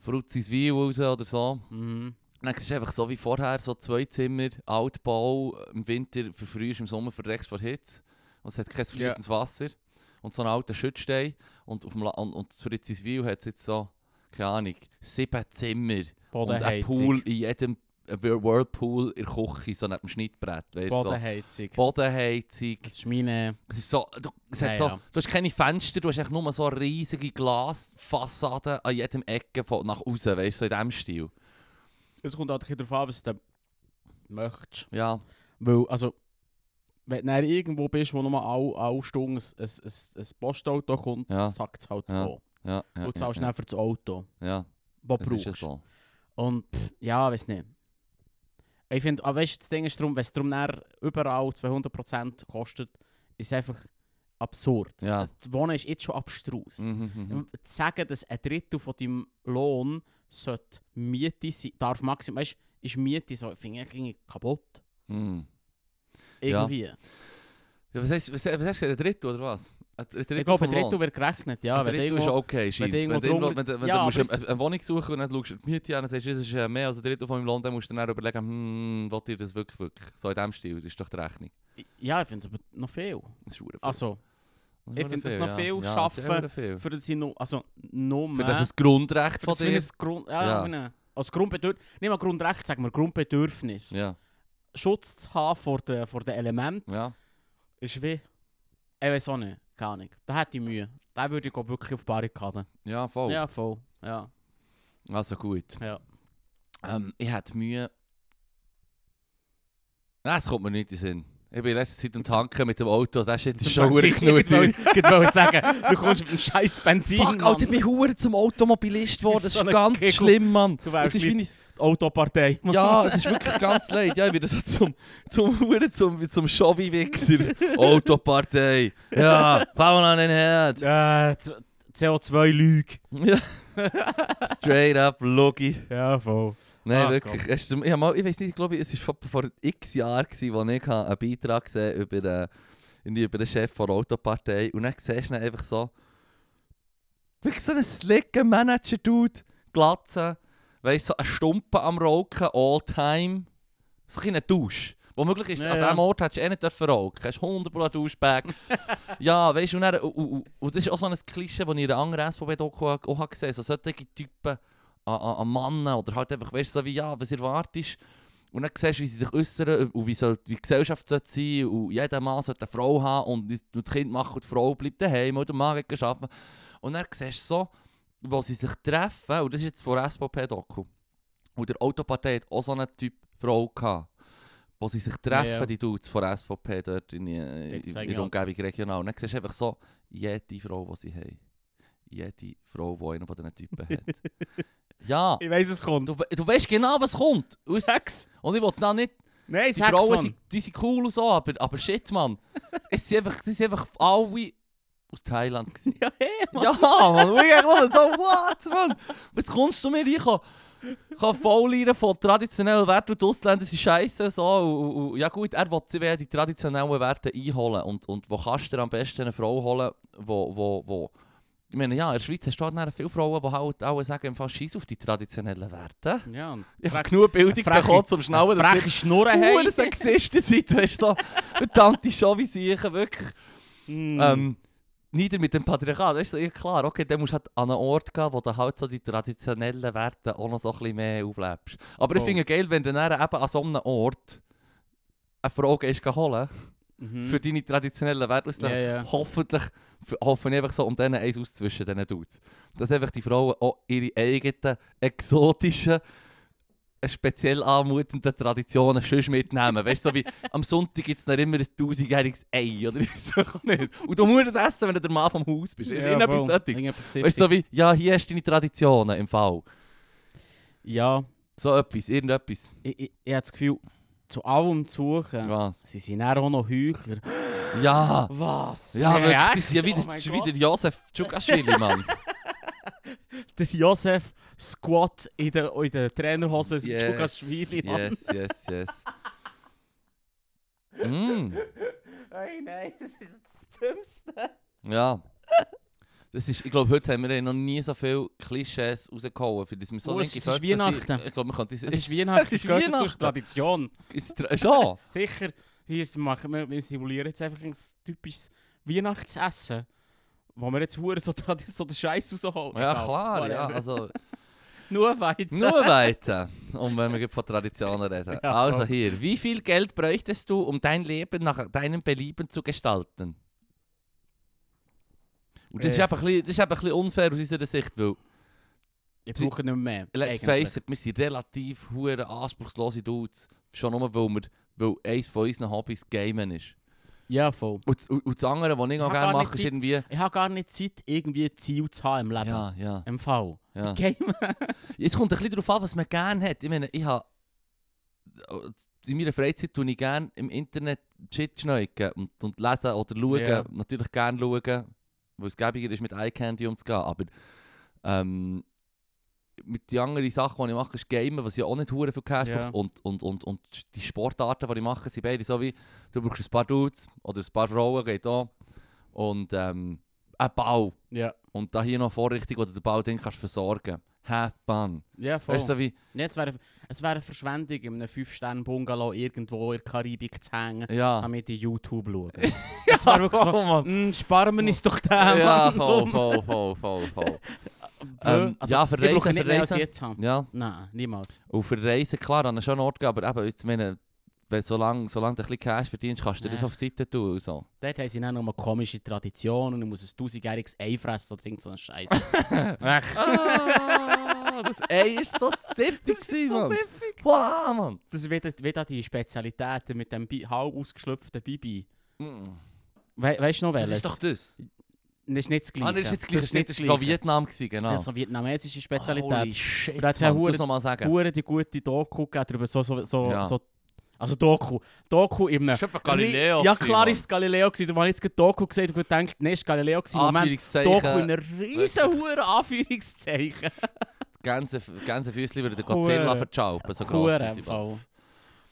A: Fruziswil raus oder so.
B: Mhm.
A: Dann siehst du einfach so wie vorher, so zwei Zimmer, Altbau, im Winter verfrühst, im Sommer verreckst vor Hitze. Und es hat kein fließendes Wasser. Und so einen alten Schüttstein. Und, auf dem La und, und zu Ritziswil hat es jetzt so, keine Ahnung, sieben Zimmer. Und ein
B: Bodenheizung.
A: Pool in jedem ein Whirlpool in der Küche, so neben dem Schnittbrett. Weißt, du, so.
B: Bodenheizung.
A: Bodenheizung.
B: Das ist meine...
A: Es ist so, du, es hat
B: Ja,
A: so,
B: ja.
A: du hast keine Fenster, du hast echt nur so riesige Glasfassaden an jedem Ecke von nach außen, weißt du, so in diesem Stil.
B: Es kommt auch ein bisschen darauf an, was du möchtest.
A: Ja,
B: Weil, also... Wenn du dann irgendwo bist, wo nur alle, alle Stunden ein, ein, ein, ein Postauto kommt,
A: Ja.
B: sagt es halt
A: Ja.
B: auch.
A: ja, ja.
B: Du zahlst
A: ja,
B: dann für das Auto,
A: ja, ja,
B: das du
A: es ist ja
B: brauchst.
A: so.
B: Und pff, ja, weiß nicht. Ich finde, aber weißt, das Ding ist drum, wenn es darum überall 200% kostet, ist einfach absurd.
A: Ja.
B: Also, das Wohnen ist jetzt schon abstrus.
A: Mhm, mhm.
B: Zu sagen, dass ein Drittel von deinem Lohn sollte Miete sein, darf maximal, weißt, ist Miete so, finde ich irgendwie kaputt.
A: Mhm. Ja.
B: Irgendwie.
A: Ja, was heißt, was, was hast du, ein Drittel oder was? Ein Drittel
B: ich glaube, ein
A: vom Lohn?
B: Drittel wird gerechnet, ja.
A: Ein
B: wenn
A: Drittel ist
B: irgendwo-
A: okay, scheint.
B: du
A: Wenn,
B: irgendwo
A: du irgendwo-
B: drunter-
A: wenn, du- wenn
B: Ja,
A: du musst
B: aber
A: eine, eine Wohnung suchen und dann schaust du die Miete an und sagst, es ist äh, mehr als ein Drittel von meinem Lohn, dann musst du dann überlegen, hm, wollt ihr das wirklich, wirklich? So in diesem Stil, das ist doch die Rechnung.
B: Ja, ich finde es aber noch viel.
A: Das ist verdammt viel.
B: Also,
A: Das ist
B: ich
A: verdammt
B: find das noch viel
A: ja. Ja,
B: schaffen
A: das ist verdammt viel.
B: für das ich noch, also nur
A: Für das ein Grundrecht
B: Für
A: von
B: das wie
A: dir.
B: ein Grund, ja,
A: Ja.
B: wie eine- als Grundbedürfnis, nicht mal Grundrecht, sagen wir Grundbedürfnis.
A: Ja,
B: Schutz zu haben vor den, vor den Elementen
A: ja.
B: ist wie, ich weiß auch nicht, keine Ahnung. Da hätte ich Mühe. Da würde ich glaub, wirklich auf die Barrikaden.
A: Ja, voll.
B: Ja, voll. Ja.
A: Also gut.
B: Ja.
A: Ähm, ich hätte Mühe. Nein, es kommt mir nicht in den Sinn. Ich bin in letzter Zeit am Tanken mit dem Auto, das Shit ist schon verdammt genug.
B: Ich wollte- ich wollte sagen, du kommst mit dem scheiß Benzin,
A: Fuck, Alter, ich
B: Mann.
A: bin Huren zum Automobilist geworden. Das
B: so
A: ist
B: ein
A: ganz
B: Kegel.
A: schlimm, Mann.
B: Du
A: Es
B: wärst
A: ist
B: wie
A: wie
B: die
A: ein-
B: Autopartei.
A: ja, es ist wirklich ganz leid. Ja, ich werde so zum, zum Huren, zum, zum Schobi-Wichser. Autopartei. Ja, Power an den Herd.
B: Äh, Z- CO2-Lüge.
A: Ja. Straight up, Logi.
B: Ja, voll.
A: Nein,
B: Ah,
A: wirklich. Hast du, ich, hab mal, ich weiß nicht, ich glaube, es war vor, vor x Jahren, gewesen, wo ich habe einen Beitrag gesehen über, äh, irgendwie über den Chef der Autopartei und dann siehst du ihn einfach so, wirklich so einen slicken Manager-Dude, Glatze, weißt du, so einen Stumpen am Rauchen, all-time, so ein Dusch. Womöglich ist,
B: Ja,
A: an
B: ja.
A: diesem Ort hättest du eh nicht dürfen rauchen, hast 100 Pro Duschbag. ja, weißt du, und, dann, und, und, und das ist auch so ein Klischee, das ich in einer anderen SVB-Doku auch auch gesehen habe, so solche Typen, an, an, an Mannen oder halt einfach, weißt du, so wie ja, was erwartest. Und dann siehst du, wie sie sich äußern und wie, soll, wie die Gesellschaft sollte sein und jeder Mann sollte eine Frau haben und das- und das Kind machen und die Frau bleibt daheim und der Mann geht arbeiten. Und dann siehst du so, wo sie sich treffen, und das ist jetzt von der SVP-Doku. Und der Autopartei hat auch so einen Typ Frau gehabt. Wo sie sich treffen,
B: Ja, ja.
A: die Dudes von der SVP dort in, in,
B: Jetzt
A: in,
B: sagen
A: in der
B: ja.
A: Umgebung regional. Und dann siehst du einfach so, jede Frau, die sie haben. Jede Frau, die einen von diesen Typen hat. Ja,
B: Ich weiss, es kommt.
A: du, we- du weißt genau, was kommt. Und, es-
B: Sechs.
A: und ich will da nicht.
B: Nein,
A: Die
B: sechs,
A: Frauen
B: Mann.
A: sind, die sind cool und so, aber, aber shit, Mann. es sind einfach, sie sind einfach alle aus Thailand. gewesen.
B: Ja, hey, Mann.
A: Ja, Mann, und ich glaube so, what, Mann? Was kommst du mir rein? Ich kann- kann voll lernen von traditionellen Werten und die Ausländer sind scheiße. So. Und, und- und, ja gut, er will sie wieder die traditionellen Werte einholen. Und, und wo kannst du dir am besten eine Frau holen, wo, wo, wo... Ich meine, ja, in der Schweiz hast du halt nachher viele Frauen, die halt auch sagen, im Fall scheiß auf die traditionellen Werte.
B: Ja, und
A: Ich habe
B: frech-
A: genug Bildung
B: eine freche-
A: bekommen, um schnauen, dass
B: freche Schnurren
A: Hey,
B: haben.
A: das Sexisten seid, weißt du, verdammte Schaubisichen, wirklich.
B: Mm.
A: Ähm, nieder mit dem Patriarchat, weißt du, ja klar, okay, dann musst du halt an einen Ort gehen, wo du halt so die traditionellen Werte auch noch so ein bisschen mehr auflebst. Aber ich
B: Voll.
A: finde es geil, wenn du dann eben an so einem Ort eine Frage gehst holen,
B: Mhm.
A: für deine traditionellen Werte
B: Ja,
A: auszunehmen.
B: ja.
A: Hoffentlich, f- hoffe ich einfach so, um denen eins auszwischen, diesen Dudes. Dass einfach die Frauen auch ihre eigenen, exotischen, äh, speziell anmutenden Traditionen schön mitnehmen. Weißt du, so wie am Sonntag gibt es dann immer ein tausendjähriges Ei oder so. nicht. Und du musst es essen, wenn du der Mann vom Haus bist. Ja, Irgendetwas
B: voll.
A: solches.
B: Irgendetwas
A: Weißt du, so
B: Siebziges.
A: wie, ja, hier hast du deine Traditionen im Fall.
B: Ja,
A: So etwas, irgendetwas.
B: ich, ich, ich habe das Gefühl, zu allem zu suchen,
A: Was?
B: sie sind dann auch noch Heuchler.
A: Ja!
B: Was?
A: Ja,
B: Nee,
A: wirklich,
B: echt?
A: das ist ja wieder,
B: Oh
A: das
B: mein
A: ist wieder Josef Tschukaschwili, Mann.
B: Gott. Der Josef Squat in der, in der Trainerhose ist
A: Yes,
B: Djokaschwili, Mann.
A: Yes, yes, yes. mm,
B: Hey, nein, das ist das Dümmste.
A: ja. Das ist, ich glaube, heute haben wir noch nie so viele Klischees rausgehauen, für das wir so
B: Oh, es
A: linke
B: ist
A: Fötze
B: Weihnachten.
A: sind. Ich glaube, man kann das...
B: Es ist Weihnachten,
A: Es ist
B: es gehört ja
A: Weihnachten.
B: zur Tradition.
A: ist tra- schon.
B: Sicher, hier ist- machen wir, wir simulieren jetzt einfach ein typisches Weihnachtsessen. Wo wir jetzt hure so, tradi- so den Scheiß rausholen.
A: Ja,
B: Egal,
A: klar, ja.
B: whatever.
A: Also,
B: Nur weiter.
A: nur weiter. Und wenn wir gerade von Traditionen reden.
B: Ja,
A: also
B: voll.
A: hier, wie viel Geld bräuchtest du, um dein Leben nach deinem Belieben zu gestalten? Und das ist
B: Äh.
A: einfach ein bisschen- das ist einfach ein bisschen unfair aus unserer Sicht, weil...
B: Ich brauche nicht mehr.
A: Let's
B: eigentlich.
A: face it, wir sind relativ hure anspruchslose Dudes. Schon nur, weil, wir, weil eins von unseren Hobbys Gamen ist.
B: Ja, voll.
A: Und, das- und, und das andere, was ich
B: hab
A: auch gerne
B: gar nicht
A: mache, ist
B: Zeit.
A: irgendwie...
B: Ich habe gar nicht Zeit, irgendwie ein Ziel zu haben im Leben.
A: Ja, ja,
B: Im Fall.
A: ja.
B: Game.
A: Es kommt ein bisschen darauf an, was man gerne hat. Ich meine, ich habe... In meiner Freizeit tue ich gerne im Internet Shit schneuken und, und lesen oder schauen.
B: Ja.
A: Natürlich gerne schauen, weil es gäbiger ist, mit Eye-Candy umzugehen. Aber ähm, mit den anderen Sachen, die ich mache, ist Gamen, was ja auch nicht hure viel Cash
B: Ja.
A: braucht. Und, und, und, und die Sportarten, die ich mache, sind beide so wie, du brauchst ein paar Dudes oder ein paar Frauen, geht auch. Und ähm, ein Bau.
B: Ja.
A: Und da hier noch Vorrichtung, wo du den Bau drin kannst versorgen. Have fun.
B: Ja, voll.
A: Weißt du, so wie,
B: nee, es wäre es wäre eine Verschwendung, in einem 5-Sterne-Bungalow irgendwo in der Karibik zu hängen,
A: ja.
B: damit ich YouTube schaue. Es war wirklich so,
A: Mann.
B: mm, sparen wir uns doch den,
A: Oh, Ja,
B: Mann.
A: voll,
B: Warum?
A: voll, voll, voll, voll.
B: Bö.
A: Ähm, ja, für
B: ich brauche
A: Reisen,
B: nicht
A: für
B: mehr als
A: Reisen.
B: ich jetzt haben.
A: Ja.
B: Nein, niemals.
A: Und für Reisen, klar, an schon Ort gehen, aber eben, jetzt meine, wenn, solange, solange du ein bisschen Cash verdienst, kannst du dir das
B: Nee.
A: auf die Seite tun und so.
B: Dort haben sie dann noch eine komische Tradition und ich muss ein tausendjähriges Ei fressen oder irgend so einen Scheiß. Echt.
A: Ah, das Ei ist so sippig, gewesen, Mann. Wow, Mann.
B: Das ist wieder, wieder die Spezialitäten mit dem Bi halb ausgeschlüpften Bibi.
A: Mm.
B: We weißt du noch
A: Das
B: welches?
A: ist doch das.
B: Das ist nicht das Gleiche.
A: dus? Ah, das ist jetzt gleich. Das war
B: das
A: von Vietnam, nou. gewesen, genau.
B: Das ist eine vietnamesische
A: Holy
B: Spezialität.
A: shit,
B: Da
A: Mann.
B: hat's ja
A: Du
B: Huren-
A: noch mal sagen.
B: Hure die gute Doku gegeben darüber so, so, so,
A: Ja.
B: so also Doku. Doku im
A: Das ist etwa Galileo
B: Ja
A: gewesen,
B: klar
A: Mann.
B: ist es Galileo gewesen. Da war jetzt gerade Doku gesehen und gedacht, nein, es war Galileo gewesen. Moment, Doku in
A: Anführungszeichen, äh,
B: einem riesen Huren Anführungszeichen.
A: Gänse- Gänsefüßchen würde der Godzilla
B: Huren.
A: verschalpen, so gross
B: Hure
A: sind
B: im
A: sie, Mann.
B: Fall.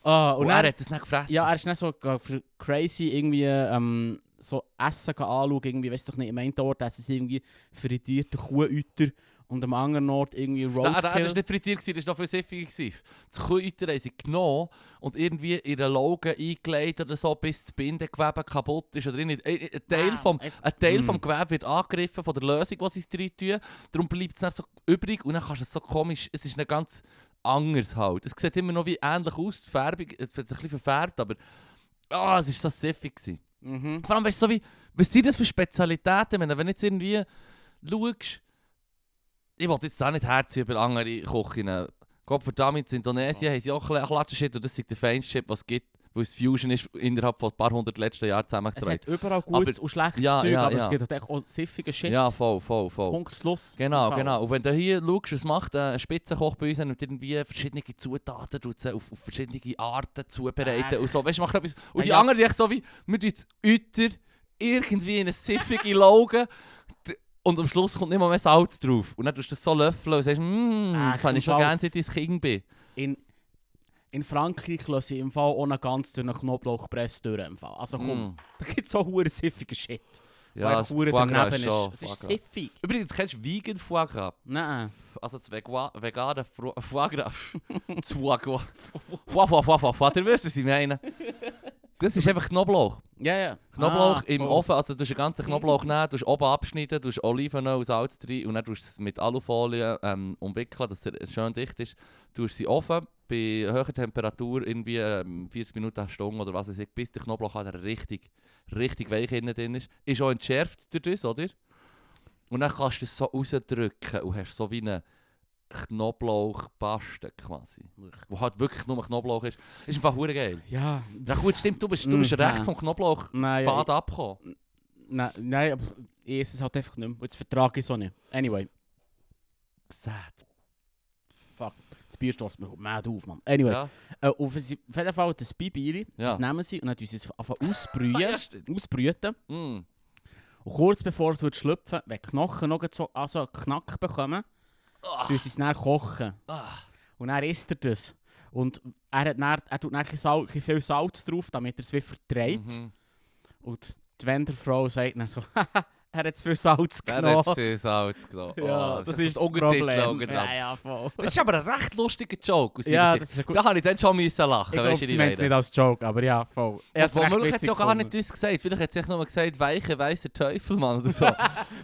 B: Ah,
A: Und
B: und
A: er
B: dann,
A: hat das nicht gefressen.
B: ja, er ist nicht so ge- für crazy irgendwie ähm, so Essen gehen anschauen, irgendwie, weißt doch nicht, im einen Ort essen sie irgendwie frittierte Kuhäuter und am anderen Ort irgendwie
A: Da, da,
B: Roadkill.
A: das war nicht frittiert, gewesen, das war noch viel siffiger. gewesen. Das Kräuter haben sie genommen und irgendwie in den Logen eingelegt oder so, bis das Bindegewebe kaputt ist. Oder nicht. Ein, ein Teil,
B: Wow,
A: vom,
B: Ah, echt?
A: ein Teil vom
B: Mm.
A: Gewebe wird angegriffen von der Lösung, die sie es drin tun. Darum bleibt es dann so übrig und dann kannst du es so komisch, es ist dann ganz anders halt. Es sieht immer noch wie ähnlich aus, die Färbung, es wird ein bisschen verfärbt, aber ah, es war so siffig. Gewesen.
B: Mhm.
A: Vor allem, weißt du, so wie, was sind das für Spezialitäten? Ich Meine, wenn du jetzt irgendwie schaust, ich will jetzt auch nicht herziehen über andere Küchen. Gottverdammt, in Indonesien haben sie auch ein bisschen Klatschenshit und das ist der feinste Shit, was es gibt. weil es Fusion ist innerhalb von ein paar hundert letzten Jahren
B: Es
A: zusammengetragen.
B: hat überall gutes
A: Aber-
B: und schlechtes
A: Ja,
B: Zeug,
A: ja,
B: aber
A: ja.
B: es gibt halt echt auch siffigen Shit.
A: Ja, voll, voll, voll.
B: Punkt Schluss.
A: Genau,
B: Im Fall.
A: genau. Und wenn du hier schaust, was macht äh, ein Spitzenkoch bei uns, er nimmt irgendwie verschiedene Zutaten, tut sie auf, auf verschiedene Arten zubereiten
B: Ach.
A: und so. Weißt du, macht etwas. Und
B: Ja,
A: die
B: ja.
A: anderen, die echt so wie, wir tun jetzt Euter irgendwie in eine siffige Lauge d- und am Schluss kommt nicht mal mehr Salz drauf. Und dann tust du das so löffeln und sagst, mmm,
B: Ach,
A: das habe ich
B: im
A: schon
B: Fall-
A: gerne, seit ich ein Kind bin.
B: In, in Frankreich lasse ich im Fall ohne ganz dünnen Knoblauchpress durch. Im Fall. Also komm,
A: Mm.
B: da gibt es so hure siffigen Shit.
A: Ja,
B: wo
A: das
B: echt hure
A: Foie gras
B: daneben
A: ist schon
B: ist. Es ist
A: Foie gras.
B: siffig.
A: Übrigens, kennst du Vegan Foie Gras?
B: Nein.
A: Also das Vegua- vegane Fro- Foie Gras. Foie Gras. Foie, Foie, Foie, Foie, Foie. Ihr wisst, was ich meine. Das ist einfach Knoblauch.
B: Ja, ja.
A: Knoblauch
B: Ah,
A: im
B: oh.
A: Ofen, also du hast den ganzen Knoblauch nehmen, du hast oben abschneiden, du hast Olivenöl, Salz drin und dann tust du es mit Alufolie ähm, umwickeln, dass es schön dicht ist. Du hast sie offen bei höherer Temperatur, irgendwie ähm, 40 Minuten, eine Stunde oder was weiß ich, bis der Knoblauch halt richtig, richtig weich innen drin ist. Ist auch entschärft durch das, oder? Und dann kannst du es so rausdrücken und hast so wie eine Knoblauchpaste quasi. Wo halt wirklich nur Knoblauch ist. Ist einfach hure geil.
B: Ja.
A: Ja gut, stimmt, du bist, du
B: Mm,
A: bist recht
B: ja.
A: vom Knoblauch
B: Nein, ja,
A: fad abgekommen.
B: ich- nein, nein, aber ich esse es halt einfach nicht mehr. Jetzt vertrage ich es auch nicht. Anyway,
A: Sad.
B: das Bier stürzt mir mad auf, Mann. Anyway,
A: Ja.
B: äh, auf, auf jeden Fall das Bier, das
A: Ja.
B: nehmen sie und dann tun sie es einfach
A: Ah, ja,
B: ausbrühen.
A: stimmt.
B: ausbrüten.
A: Mm.
B: Und kurz bevor es wird schlüpfen, wenn die Knochen noch so also einen Knack bekommen,
A: Ah,
B: tun sie es dann kochen.
A: ah.
B: Und dann isst er das. Und er, hat dann, er tut dann ein bisschen Salz, ein bisschen viel Salz drauf, damit er es wie vertreibt.
A: Mhm.
B: Und die Wenderfrau sagt dann so, «Haha, er hat zu viel Salz
A: Der
B: genommen.
A: hat zu viel Salz genommen.
B: ja,
A: Oh,
B: das ist das
A: Untertitel
B: Problem.
A: ungenannt.
B: Ja, ja, voll.
A: Das ist aber ein recht lustiger Joke aus
B: Ja,
A: meiner
B: das
A: Sicht.
B: ist ein gut.
A: Da habe ich dann schon müssen lachen,
B: Ich glaube,
A: weißt du,
B: sie
A: die
B: meint es nicht
A: beiden.
B: als Joke, aber ja, voll. Er ist
A: Obwohl,
B: recht
A: Möglich hat es
B: witzig
A: ja gar nicht
B: gefunden.
A: uns gesagt. Vielleicht hat sie echt nur gesagt, weicher, weißer Teufel, Mann, oder so.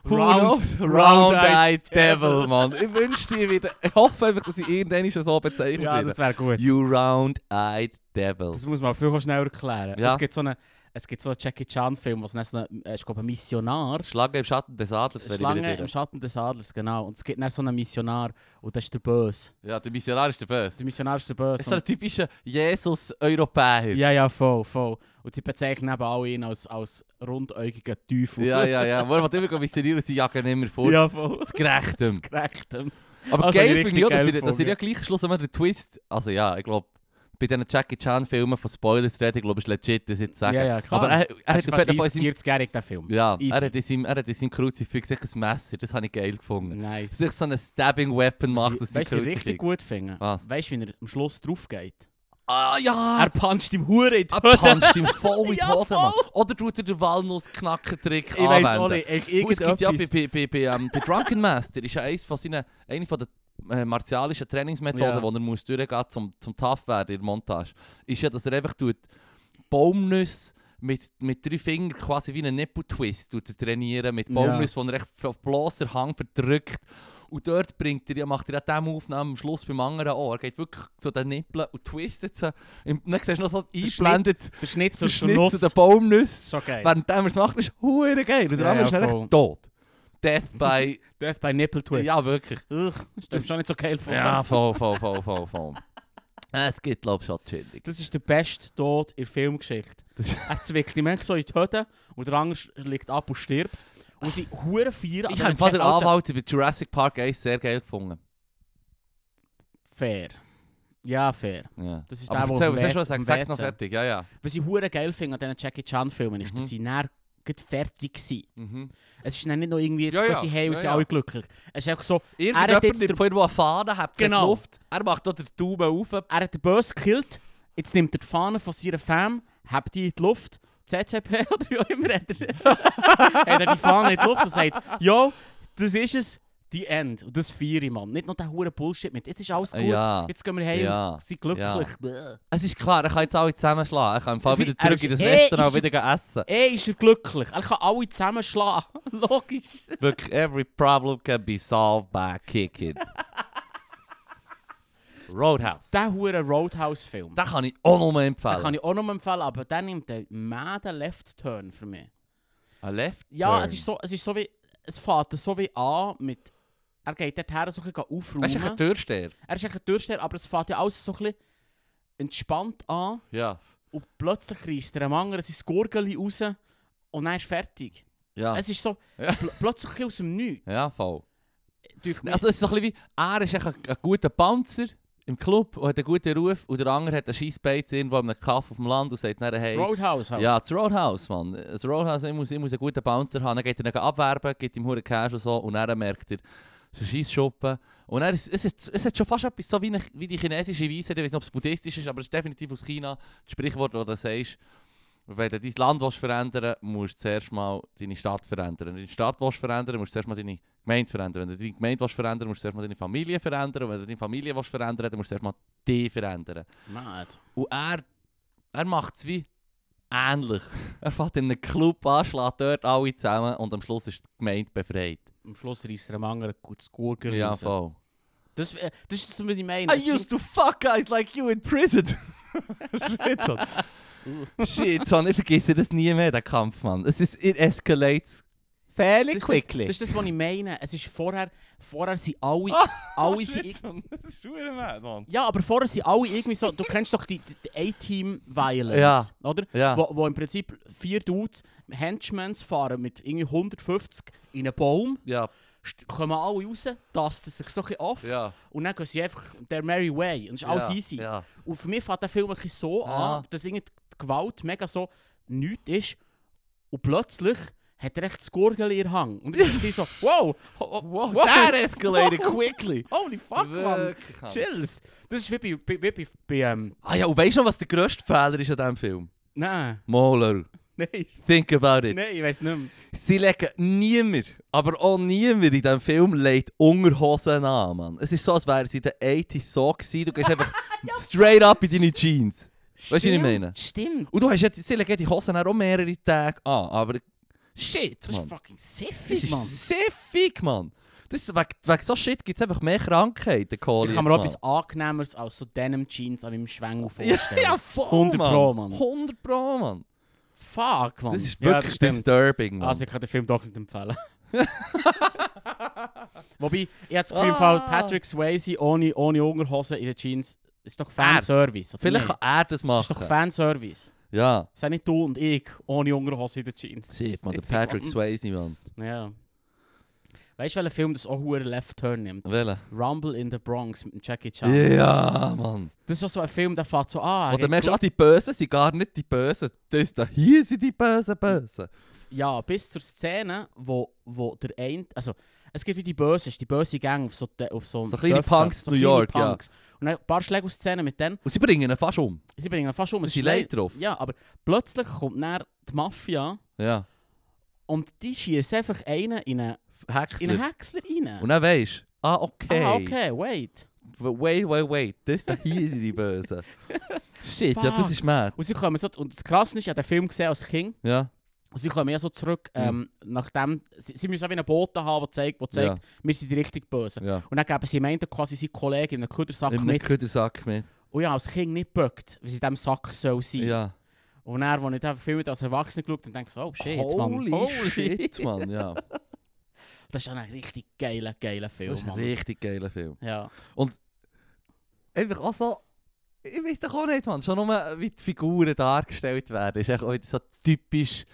A: Who
B: Round-
A: knows?
B: Round-eyed
A: Round-eyed Devil, Mann. Ich wünschte, ich wieder... Ich hoffe einfach, dass ich irgendwann schon so bezeichnet
B: Ja,
A: werde.
B: das wäre gut.
A: You round-eyed devil.
B: Das muss man viel schneller erklären.
A: Ja.
B: Es gibt so einen, es gibt so einen Jackie Chan Film, wo es dann so einen, äh, ich glaube, ein Missionar.
A: Schlange im Schatten des Adlers, werde ich wieder
B: Schlange
A: dir.
B: im Schatten des Adlers, genau. Und es gibt dann so einen Missionar und das ist der Böse.
A: Ja, der Missionar ist der Böse.
B: Der Missionar ist der
A: Das
B: Böse.
A: ist so ein typischer Jesus-Europäer.
B: und, ja, ja, voll, voll. Und sie bezeichnen eben alle ihn als, als rundäugigen Teufel.
A: Ja, ja, ja. Wo er immer missionieren, sie jagen immer vor.
B: ja voll.
A: Das Gerechtem.
B: Gerecht. ähm.
A: Aber
B: Also, die
A: geil finde ich
B: richtig
A: auch, dass
B: geil
A: sie, dass sie
B: gefunden.
A: ja gleich schlussendlich den Twist... Also ja, ich glaube, bei diesen Jackie Chan-Filmen von Spoilers reden, ich glaube, ist legit, das jetzt zu sagen.
B: Ja, ja, klar.
A: Aber er, er
B: Er
A: hat
B: ist
A: auf jeden Fall... in
B: 30,
A: seinem-
B: 40-jährig, der Film.
A: Ja,
B: Easy.
A: er hat in seinem, er hat in seinem Kruzifix sicher ein Messer, das habe ich geil gefunden. Dass
B: Nice.
A: sich so ein Stabbing-Weapon macht, das
B: Weißt du, was ich richtig gut finde?
A: Was?
B: Weißt du, wie er am Schluss drauf geht?
A: Ah ja!
B: Er puncht ihm Hure in die
A: Er
B: Hoden.
A: puncht ihm voll in die
B: Ja,
A: Hoden, Mann.
B: voll.
A: Oder tut er den Walnuss-Knacker-Trick
B: Ich weiß auch
A: anwenden.
B: nicht. Ich,
A: Und Es gibt ja bei,
B: irgendetwas-
A: bei, bei, bei, ähm, bei Drunken Master ist ja eins von seinen, eine von der äh, martialischen Trainingsmethoden,
B: Ja.
A: die er muss durchgehen muss, um, zum tough werden in der Montage, ist ja, dass er einfach tut Baumnüsse mit, mit drei Fingern quasi wie einen Nipple-Twist tut er trainieren, mit
B: Ja.
A: Baumnüssen, die er echt auf bloßer Hang verdrückt. Und dort bringt er, ja- macht er ja dem Aufnahmen am Schluss beim anderen auch. Er geht wirklich zu den Nippeln und twistet sie. Und dann siehst du noch so eingeblendet,
B: Der Schnitt
A: der
B: zur zur
A: Schnitt
B: Nuss.
A: zu den Baumnüssen.
B: Schon geil.
A: Während er es macht, ist hure geil. Und der
B: Ja,
A: andere
B: ja,
A: ist
B: voll.
A: echt tot. Death by...
B: Darf bei Nipple Twist.
A: ja, wirklich.
B: Ugh, ist das
A: Das-
B: schon nicht so geil von
A: Ja, voll, voll, voll, voll, voll. Es gibt, glaube ich, schon chillig.
B: Das ist der beste Tod in der Filmgeschichte.
A: Das-
B: Er zwickt ihm echt so in die Höhle und der andere sch- liegt ab und stirbt. Und sie hure vier
A: Ich habe im Fall den Anwalt bei Jurassic Park 1 sehr geil gefunden.
B: Fair. Ja, fair.
A: Ja.
B: Das ist der,
A: Aber
B: wo
A: erzähl,
B: auf
A: was
B: dem
A: hast du
B: Wett-
A: noch gesagt?
B: auf dem
A: Sag's noch
B: Wett-
A: fertig, ja, ja.
B: Was ich hure geil finde an diesen Jackie Chan Filmen ist,
A: Mhm.
B: dass sie dann gleich fertig sind.
A: Mhm.
B: Es ist dann nicht noch irgendwie, jetzt
A: Ja,
B: gehen
A: ja,
B: sie hey und
A: ja,
B: sind
A: ja.
B: alle glücklich. Es ist einfach so, Er
A: Irgendjemand
B: hat jetzt
A: nimmt
B: den-
A: von irgendwo eine Fahne, hebt sie in die
B: Genau.
A: Luft, er macht da den Daumen auf.
B: er hat den Böse gekillt, jetzt nimmt er die Fahne von seiner Fam, hebt die in die Luft, ZZP oder wie auch immer, hat er, hat er die Fahne in die Luft und sagt, «Jo, das ist es, die End.» Und das feiere ich, Mann. Nicht noch der hure Bullshit mit «Jetzt ist alles gut,
A: Äh, Ja.
B: jetzt gehen wir heim
A: Ja.
B: und sind glücklich.» Bäh.
A: Es ist klar, er kann jetzt alle zusammenschlagen. Er kann im Fall
B: Wie-
A: wieder
B: er
A: zurück
B: ist-
A: in das
B: eh,
A: Restaurant
B: ist-
A: wieder gehen essen.
B: Eh ist er glücklich, er kann alle zusammenschlagen. Logisch.
A: Wirklich, every problem can be solved by kicking. Roadhouse.
B: Der hure Roadhouse-Film.
A: Den kann ich auch noch mal
B: Den
A: empfehlen.
B: kann ich auch noch empfehlen, aber der nimmt einen maden Left-Turn für mich.
A: Ein Ah, Left
B: Ja,
A: Turn.
B: es ist so, es ist so wie, es fährt so wie an mit, er geht dort her, so ein bisschen aufräumen.
A: Weißt du, ein Türsteher?
B: er ist ein bisschen Durchsteher, aber es fährt ja alles so ein bisschen entspannt an.
A: Ja.
B: Und plötzlich reißt er am anderen sein Gurgeli raus und dann ist fertig.
A: Ja,
B: Es ist so
A: Ja.
B: pl plötzlich aus dem Nichts.
A: ja, voll.
B: Durch mich-
A: Also es ist so ein bisschen wie, er ist echt ein, ein guter Panzer im Club und hat einen guten Ruf und der andere hat einen Scheissbeiz irgendwo in einem Kaff auf dem Land und sagt dann,
B: das
A: hey...
B: Roadhouse halt.
A: Ja, das Roadhouse, Mann. Das Roadhouse, ich muss, ich muss einen guten Bouncer haben. Dann geht er ihn abwerben, gibt ihm hohen Cash und so. Und dann merkt er, es ist ein Scheissschuppen. Und dann ist, es, ist, es hat schon fast etwas so wie, eine, wie die chinesische Weise. Ich weiß nicht, ob es buddhistisch ist, aber es ist definitiv aus China. Das Sprichwort, das du sagst, wenn du dein Land willst verändern musst du zuerst mal deine Stadt verändern. Wenn du deine Stadt willst verändern musst du zuerst mal deine Gemeinde verändern. Wenn du deine Gemeinde willst verändern musst du zuerst mal deine Familie verändern. Und wenn du deine Familie willst verändern dann musst du zuerst mal dich verändern.
B: Mad.
A: Und er, er macht es wie ähnlich. Er fährt in einen Club an, schlägt dort alle zusammen und am Schluss ist die Gemeinde befreit.
B: Am Schluss reißt er am anderen das Gurgeli
A: ja,
B: raus.
A: voll.
B: Das, äh, das ist das, was ich meine. Es
A: I
B: sind-
A: used to fuck guys like you in prison. Shit, Mann. Shit, Mann, ich vergesse das nie mehr, den Kampf, Mann. Es ist, it escalates fairly
B: das, ist das,
A: quickly.
B: das ist das, was ich meine. Es ist vorher, vorher sind alle,
A: Ah, oh,
B: alle sind,
A: Das ist schwer, Mann.
B: Ja, aber vorher sind alle irgendwie so, du kennst doch die, die, die A-Team-Violence,
A: Ja.
B: oder?
A: Ja.
B: Wo, wo im Prinzip vier Dudes, Henchmans fahren mit irgendwie 150 in einen Baum,
A: Ja,
B: st- kommen alle raus, tasten sich so ein bisschen auf
A: ja.
B: und dann gehen sie einfach their merry way und ist alles
A: ja,
B: easy.
A: Ja.
B: Und für mich fängt der Film ein bisschen so
A: Ja.
B: an, dass irgendwie die Gewalt mega so nichts ist und plötzlich hat er echt das Gurgel in ihr Hang. Und ich bin so, wow, oh,
A: Wow,
B: Wow.
A: that escalated
B: Wow.
A: quickly.
B: holy fuck, man.
A: Wirklich, Mann.
B: Chills. Das ist wie bei, bei, bei, bei, bei ähm,
A: Ah ja, und weißt du noch, was der grösste Fehler ist an diesem Film?
B: nein.
A: Moller,
B: Nein,
A: think about it.
B: nein, ich weiß nicht mehr.
A: Sie legen niemand, aber auch niemand in diesem Film legt Unterhosen an, Mann. Es ist so, als wäre es in den 80s so gewesen. Du gehst einfach straight up in deine Jeans. Weißt du, was ich
B: Stimmt,
A: meine?
B: Stimmt.
A: Und du hast ja, sie legen die Hosen auch mehrere Tage an, aber shit,
B: Das ist
A: Mann.
B: fucking
A: Das
B: siffig,
A: ist
B: Mann.
A: siffig, Mann. Das ist, wegen, wegen so Shit gibt es einfach mehr Krankheiten, Kohli.
B: Ich kann
A: jetzt,
B: mir auch
A: Mann.
B: etwas Angenehmeres als so Denim-Jeans an meinem Schwengel
A: ja,
B: vorstellen.
A: ja, voll,
B: 100
A: Mann.
B: Pro, Mann.
A: 100 Pro, Mann.
B: Fuck, Mann.
A: Das ist
B: Ja,
A: wirklich
B: stimmt.
A: disturbing, Mann.
B: Also ich kann den Film doch nicht empfehlen. Wobei, ich habe das Gefühl, im Fall
A: Ah.
B: Patrick Swayze ohne, ohne Unterhose in den Jeans ist doch Fanservice. oder
A: Vielleicht
B: nicht?
A: kann er das
B: Das ist
A: machen.
B: doch Fanservice.
A: ja.
B: Sei nicht du und ich ohne Unterhose in den Jeans.
A: Shit, man, der Patrick Swayze, man.
B: Ja. Weißt du, welcher Film das auch einen Left Turn nimmt?
A: Welcher?
B: Rumble in the Bronx mit dem Jackie
A: Ja,
B: Chan.
A: man.
B: Das ist auch so ein Film, der fährt so an.
A: Oder merkst du, ah, die Bösen sind gar nicht die Bösen. Das ist da, hier sind die Bösen, Bösen.
B: Ja, bis zur Szene, wo, wo der ein... Also, es gibt wie die Böse, ist die böse Gang auf so... de- Auf so
A: So kleine Punks New York, ja.
B: ja. Und dann ein paar Schläge aus der Szene mit denen.
A: Und sie bringen ihn fast um.
B: Sie bringen ihn fast um.
A: Sie
B: Es
A: sind
B: ist
A: leid drauf.
B: Ja, aber plötzlich kommt dann die Mafia
A: Ja.
B: und die schießt einfach einen in einen, in einen
A: Häcksler.
B: Häcksler rein.
A: Und dann weisst du, ah, okay.
B: Ah, okay, wait.
A: Wait, wait, wait. Das da, hier sind die Bösen. Shit, ja, das
B: Fuck.
A: ist mad.
B: Und sie kommen so... Und das Krasse ist, ich habe den Film gesehen als Kind.
A: Ja,
B: Und sie kommen ja so zurück,
A: Hmm.
B: ähm, nachdem... Sie, sie müssen auch wie einen Boten haben, der zeigt, wo zeigt
A: ja,
B: wir sind die richtig Bösen.
A: ja.
B: Und dann geben sie meinte quasi seine Kollegen in einen Kudersack
A: Nimm den
B: mit.
A: Ködersack mit.
B: Und Oh ja, als Kind nicht böckt, wie sie in diesem Sack soll sein.
A: Ja.
B: Und er, als ich den Film als Erwachsener geschaut und denke so, oh shit,
A: Holy
B: Mann. Holy
A: shit, man. Ja.
B: Das ist ein richtig geiler, geiler Film,
A: Das ist ein
B: Mann.
A: richtig geiler Film.
B: Ja.
A: Einfach auch so. Ich weiß doch auch nicht, man. Schon nur, wie die Figuren dargestellt werden, ist echt auch wieder so typisch.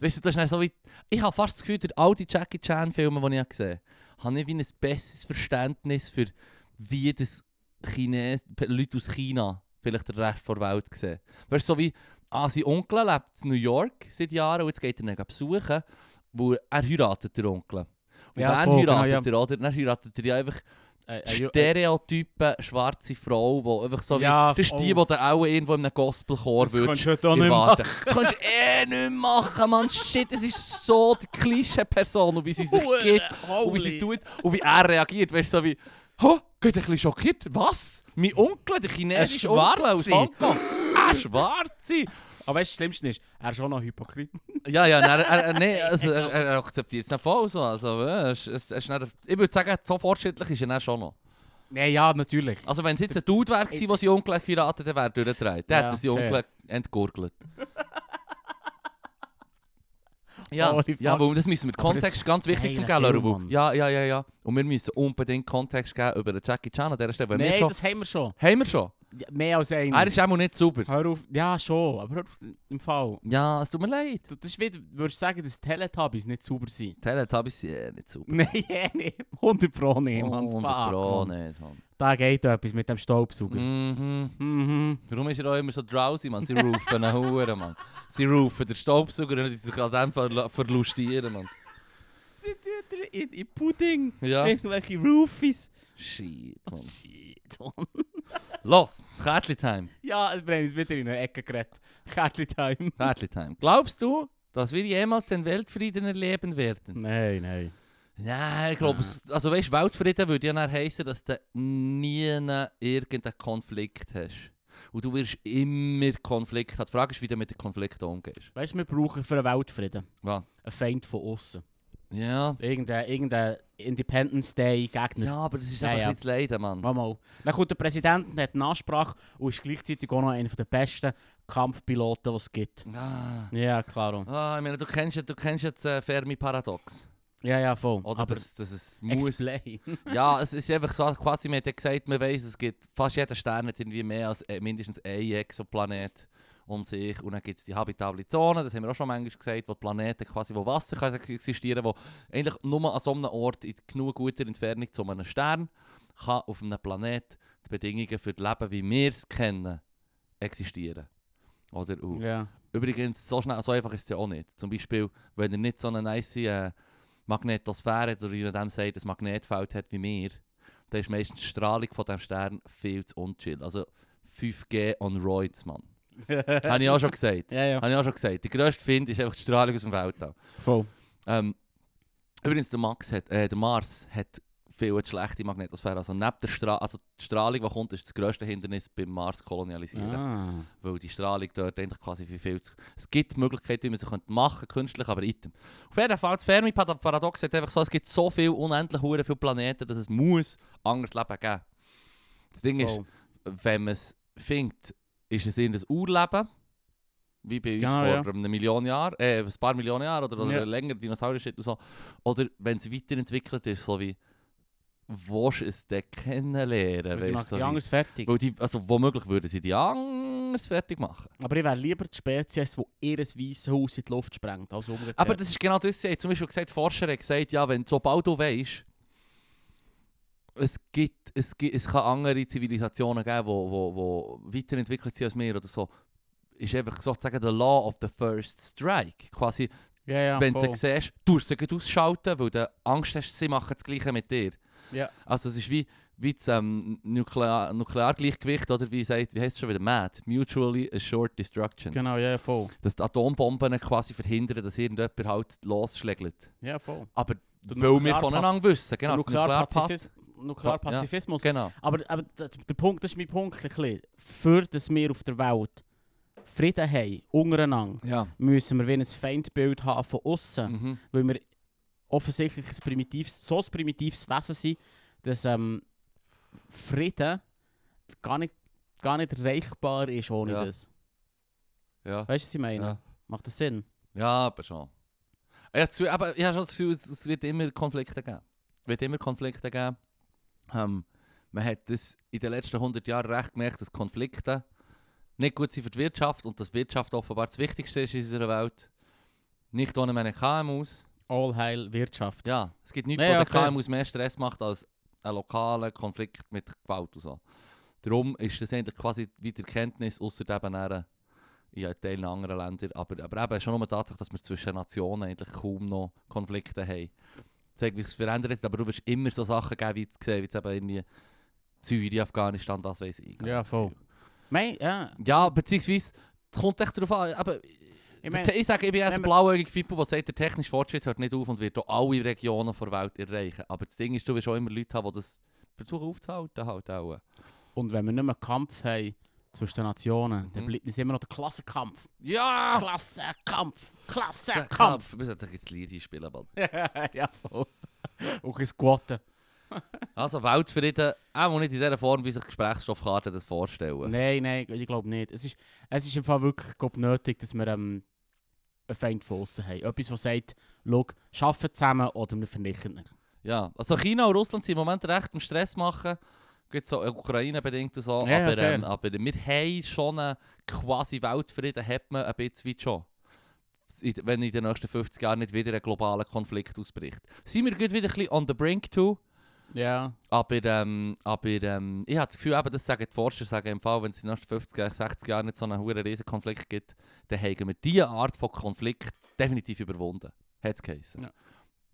A: Weißt du, das ist dann so wie. Ich habe fast das Gefühl, durch all die Jackie Chan-Filme, die ich habe gesehen habe, habe ich wie ein besseres Verständnis für, wie das Chines P- Leute aus China vielleicht den Rest der Welt sehen. Weißt du, so wie. Ah, sein Onkel lebt in New York seit Jahren und jetzt geht er ihn besuchen, wo er heiratet, der Onkel. Und
B: Ja,
A: ja,
B: voll, genau,
A: heiratet er, oder? Dann heiratet er ja einfach
B: Äh, äh, ja, äh,
A: Stereotypen schwarze Frau, die einfach so
B: Ja,
A: wie... Das ist die,
B: voll.
A: die du auch irgendwo in einem Gospelchor würdest
B: heute
A: erwarten. Das kannst du eh nicht machen, Mann. Shit, das ist so die Klischee-Person und wie sie sich gibt und wie sie
B: eh, Holy.
A: tut und wie er reagiert. Weißt du, so wie... Hä? Geht ein bisschen schockiert? Was? Mein Onkel, der chinesische
B: Ein
A: Onkel aus
B: Schwarze.
A: Hongkong. Ah, Schwarze!
B: Aber weißt du, das Schlimmste ist, er ist auch noch Hypokrit.
A: Ja, ja, nein, er, er, nee, also, er, er akzeptiert es nicht voll. So. Also, äh, es, es, es ist nicht, ich würde sagen, so fortschrittlich ist er dann schon noch.
B: Nein, ja, natürlich.
A: Also wenn es jetzt ein Dude wäre, der sie ungleich geraten hätte, wäre er durchgedreht. Dann
B: Ja,
A: hätte er sie
B: fair.
A: ungleich entgurgelt. ja,
B: Holy
A: ja
B: fuck.
A: weil das müssen wir...
B: Aber
A: Kontext
B: das
A: ist ganz wichtig zum
B: geiler
A: Gehen,
B: Film,
A: Leute.
B: Mann.
A: Ja, ja, ja, ja. Und wir müssen unbedingt Kontext geben über den Jackie Chan an dieser Stelle. Weil wir
B: Nein,
A: schon...
B: das haben wir schon.
A: Haben wir schon?
B: Ja, mehr als einer.
A: Er ist auch nicht sauber.
B: Hör auf. Ja, schon, aber hör auf, im Fall.
A: Ja, es tut mir leid.
B: Du, das ist wieder, würdest du sagen, dass Teletubbies nicht sauber sind?
A: Teletubbies sind eh nicht sauber.
B: Nein, eh nicht. 100 Pro nicht, Mann.
A: Oh, und
B: Fuck,
A: Pro
B: Mann.
A: nicht. Mann.
B: Da geht etwas mit dem Staubsauger.
A: Mhm.
B: Mhm.
A: Warum ist er auch immer so drowsy, Mann? Sie rufen einen Huren, Mann. Sie rufen den Staubsauger und die sich an dem verla- verlustieren, Mann.
B: Sie tut er in, in Pudding.
A: Ja.
B: Irgendwelche Roofies.
A: Shit, Mann.
B: Shit, Mann.
A: Los, Kärtli-Time.
B: Ja, jetzt brennt es wieder in eine Ecke geredet. Kärtli-Time.
A: Kärtli-Time. Glaubst du, dass wir jemals den Weltfrieden erleben werden?
B: Nein, nein.
A: Nein, ich glaube, es- also weißt, Weltfrieden würde ja dann heissen, dass du nie irgendeinen Konflikt hast. Und du wirst immer Konflikt haben. Die Frage ist, wie du mit den Konflikten umgehst.
B: Weißt du, wir brauchen für einen Weltfrieden
A: Was?
B: einen Feind von außen.
A: Ja.
B: Irgendein, irgendein Independence Day-Gegner.
A: Ja, aber das ist
B: Ja,
A: einfach
B: ja.
A: ein bisschen zu leiden, Mann.
B: Mal, mal. Dann kommt der Präsident und hat eine Ansprache und ist gleichzeitig auch noch einer der besten Kampfpiloten, die es gibt.
A: Ah.
B: Ja, klar.
A: Ah, ich meine, du kennst ja, du kennst ja das äh, Fermi-Paradox.
B: Ja, ja, voll.
A: Oder
B: Aber
A: dass, dass es muss.
B: Explain.
A: Ja, es ist einfach so, quasi, man hat ja gesagt, man weiss, es gibt fast jeder Stern hat irgendwie mehr als äh, mindestens ein Exoplanet um sich. Und dann gibt es die habitable Zone, das haben wir auch schon manchmal gesagt, wo die Planeten quasi, wo Wasser kann existieren wo eigentlich nur an so einem Ort in genug guter Entfernung zu einem Stern kann auf einem Planet die Bedingungen für das Leben, wie wir es kennen, existieren. Oder? Und
B: ja.
A: Übrigens, so, schnell, so einfach ist es ja auch nicht. Zum Beispiel, wenn er nicht so eine nice äh, Magnetosphäre hat, oder wie man dem sagt, ein Magnetfeld hat wie wir, dann ist meistens die Strahlung von diesem Stern viel zu unchill. Also 5G on roids, Mann. Habe ich auch schon gesagt.
B: ja, ja.
A: Habe ich auch schon gesagt. Die grösste Find ist einfach die Strahlung aus dem Weltall.
B: Voll.
A: Ähm, übrigens, der, Max hat, äh, der Mars hat viel zu schlechte Magnetosphäre. Also, neben der Stra also die Strahlung, die kommt, ist das grösste Hindernis beim Mars kolonialisieren
B: Ah.
A: weil die Strahlung dort eigentlich quasi viel, viel zu... Es gibt Möglichkeiten, wie man sie könnte machen könnte, künstlich, aber item. Auf jeden Fall, das Fermi-Paradox sagt einfach so, es gibt so viele unendlich hure viele Planeten, dass es muss anderes Leben geben. Das Ding ist,
B: Voll.
A: wenn man es findet, ist es in das Urleben, wie bei uns
B: Genau,
A: vor
B: ja.
A: einer Million Jahren, äh, ein paar Millionen Jahren oder, oder
B: Ja.
A: länger, Dinosaurier-Shit und so. Oder wenn es weiterentwickelt ist, so wie, willst du es denn kennenlernen?
B: Aber sie
A: Weisst du,
B: macht
A: so
B: die
A: wie-
B: anders fertig.
A: weil die, also womöglich würden sie die anders fertig machen.
B: Aber ich wäre lieber die Spezies, die ihr weißes Haus in die Luft sprengt, als umgekehrt.
A: Aber das ist genau das, sie haben zum Beispiel gesagt, die Forscher haben gesagt, ja, wenn sobald du weißt, es gibt, es gibt, es kann andere Zivilisationen geben, wo, wo, wo weiterentwickelt sind als wir oder so, ist einfach sozusagen der Law of the First Strike. Quasi,
B: ja, ja,
A: wenn
B: voll.
A: du sie siehst, tust du sie gleich ausschalten, weil du Angst hast, sie machen das Gleiche mit dir.
B: Ja.
A: Also es ist wie, wie das ähm, Nuklear, Nukleargleichgewicht oder wie sagt, wie heißt es schon wieder, MAD, Mutually Assured Destruction.
B: Genau, ja, ja, voll.
A: Dass die Atombomben quasi verhindern, dass irgendjemand halt losschlägt.
B: Ja, voll.
A: Aber
B: Der
A: weil wir
B: Nuklearpaz-
A: voneinander wissen, genau. das Nuklearpaz-
B: Nuklearpazifis Nuklearpazifismus.
A: Genau.
B: Aber, aber d- der Punkt das ist mein Punkt. ein bisschen. Für dass wir auf der Welt Frieden haben, untereinander,
A: Ja.
B: müssen wir wie ein Feindbild haben von außen,
A: Mhm.
B: weil wir offensichtlich ein primitives, so ein primitives Wesen sind, dass ähm, Frieden gar nicht, gar nicht erreichbar ist ohne
A: Ja.
B: das.
A: Ja.
B: Weißt du, was ich meine?
A: Ja.
B: Macht das Sinn?
A: ja, aber schon. Ich habe das Gefühl- Aber ich habe schon das Gefühl, es- es wird immer Konflikte geben. Es wird immer Konflikte geben. Ähm, man hat das in den letzten 100 Jahren recht gemerkt, dass Konflikte nicht gut sind für die Wirtschaft und dass Wirtschaft offenbar das Wichtigste ist in unserer Welt. Nicht ohne meine KMUs.
B: All heil Wirtschaft.
A: Ja, es gibt nichts,
B: Ja,
A: wo
B: ja,
A: der
B: fair.
A: KMUs mehr Stress macht als ein lokaler Konflikt mit Gewalt und so. Darum ist das eigentlich quasi wie die Erkenntnis, außer eben eher, ja, in Teilen anderer Länder, aber, aber eben schon nur die Tatsache, dass wir zwischen Nationen eigentlich kaum noch Konflikte haben. Zeigt, wie es verändert hat, aber du wirst immer so Sachen geben, wie zu sehen, wie es eben irgendwie Syrien, Afghanistan, was weiß ich.
B: Ja, voll. Mei, ja.
A: Ja, beziehungsweise, es kommt echt darauf an, aber
B: Ich
A: der
B: meine,
A: Te- ich sage, ich bin ja der
B: wenn wir-
A: blauäugige Fippo, der sagt, der technische Fortschritt hört nicht auf und wird auch alle Regionen der Welt erreichen. Aber das Ding ist, du wirst auch immer Leute haben, die das versuchen aufzuhalten. Halt auch.
B: Und wenn wir nicht mehr Kampf haben zwischen den Nationen, dann
A: Mhm. Ah.
B: bleibt uns immer noch der Klassenkampf.
A: Ja!
B: Klassenkampf! Klassenkampf!
A: Kampf! Wir sollten jetzt Lied einspielen. Mann.
B: ja, voll. Auch ein Squatten.
A: Also Weltfrieden, auch nicht in der Form, wie sich Gesprächsstoffkarten das vorstellen.
B: Nein, nein, ich glaube nicht. Es ist, es ist im Fall wirklich glaub, nötig, dass wir ähm, einen Feind von außen haben. Etwas, was sagt, schau, arbeiten zusammen oder wir vernichten ihn.
A: Ja, also China und Russland sind im Moment recht am Stress machen, Gut, so äh, Ukraine bedingt und so,
B: Ja, ja,
A: aber, ähm,
B: fair.
A: aber wir haben schon einen quasi Weltfrieden, hat man ein bisschen weit schon. In- Wenn in den nächsten 50 Jahren nicht wieder ein globaler Konflikt ausbricht. Sind wir gut wieder ein bisschen on the brink too,
B: Ja.
A: aber, ähm, aber ähm, ich habe das Gefühl, eben, das sagen die Forscher, sagen im Fall, wenn es in den nächsten 50, Jahren, 60 Jahren nicht so einen hohen Riesenkonflikt gibt, dann haben wir diese Art von Konflikt definitiv überwunden. Hat es geheißen.
B: Ja.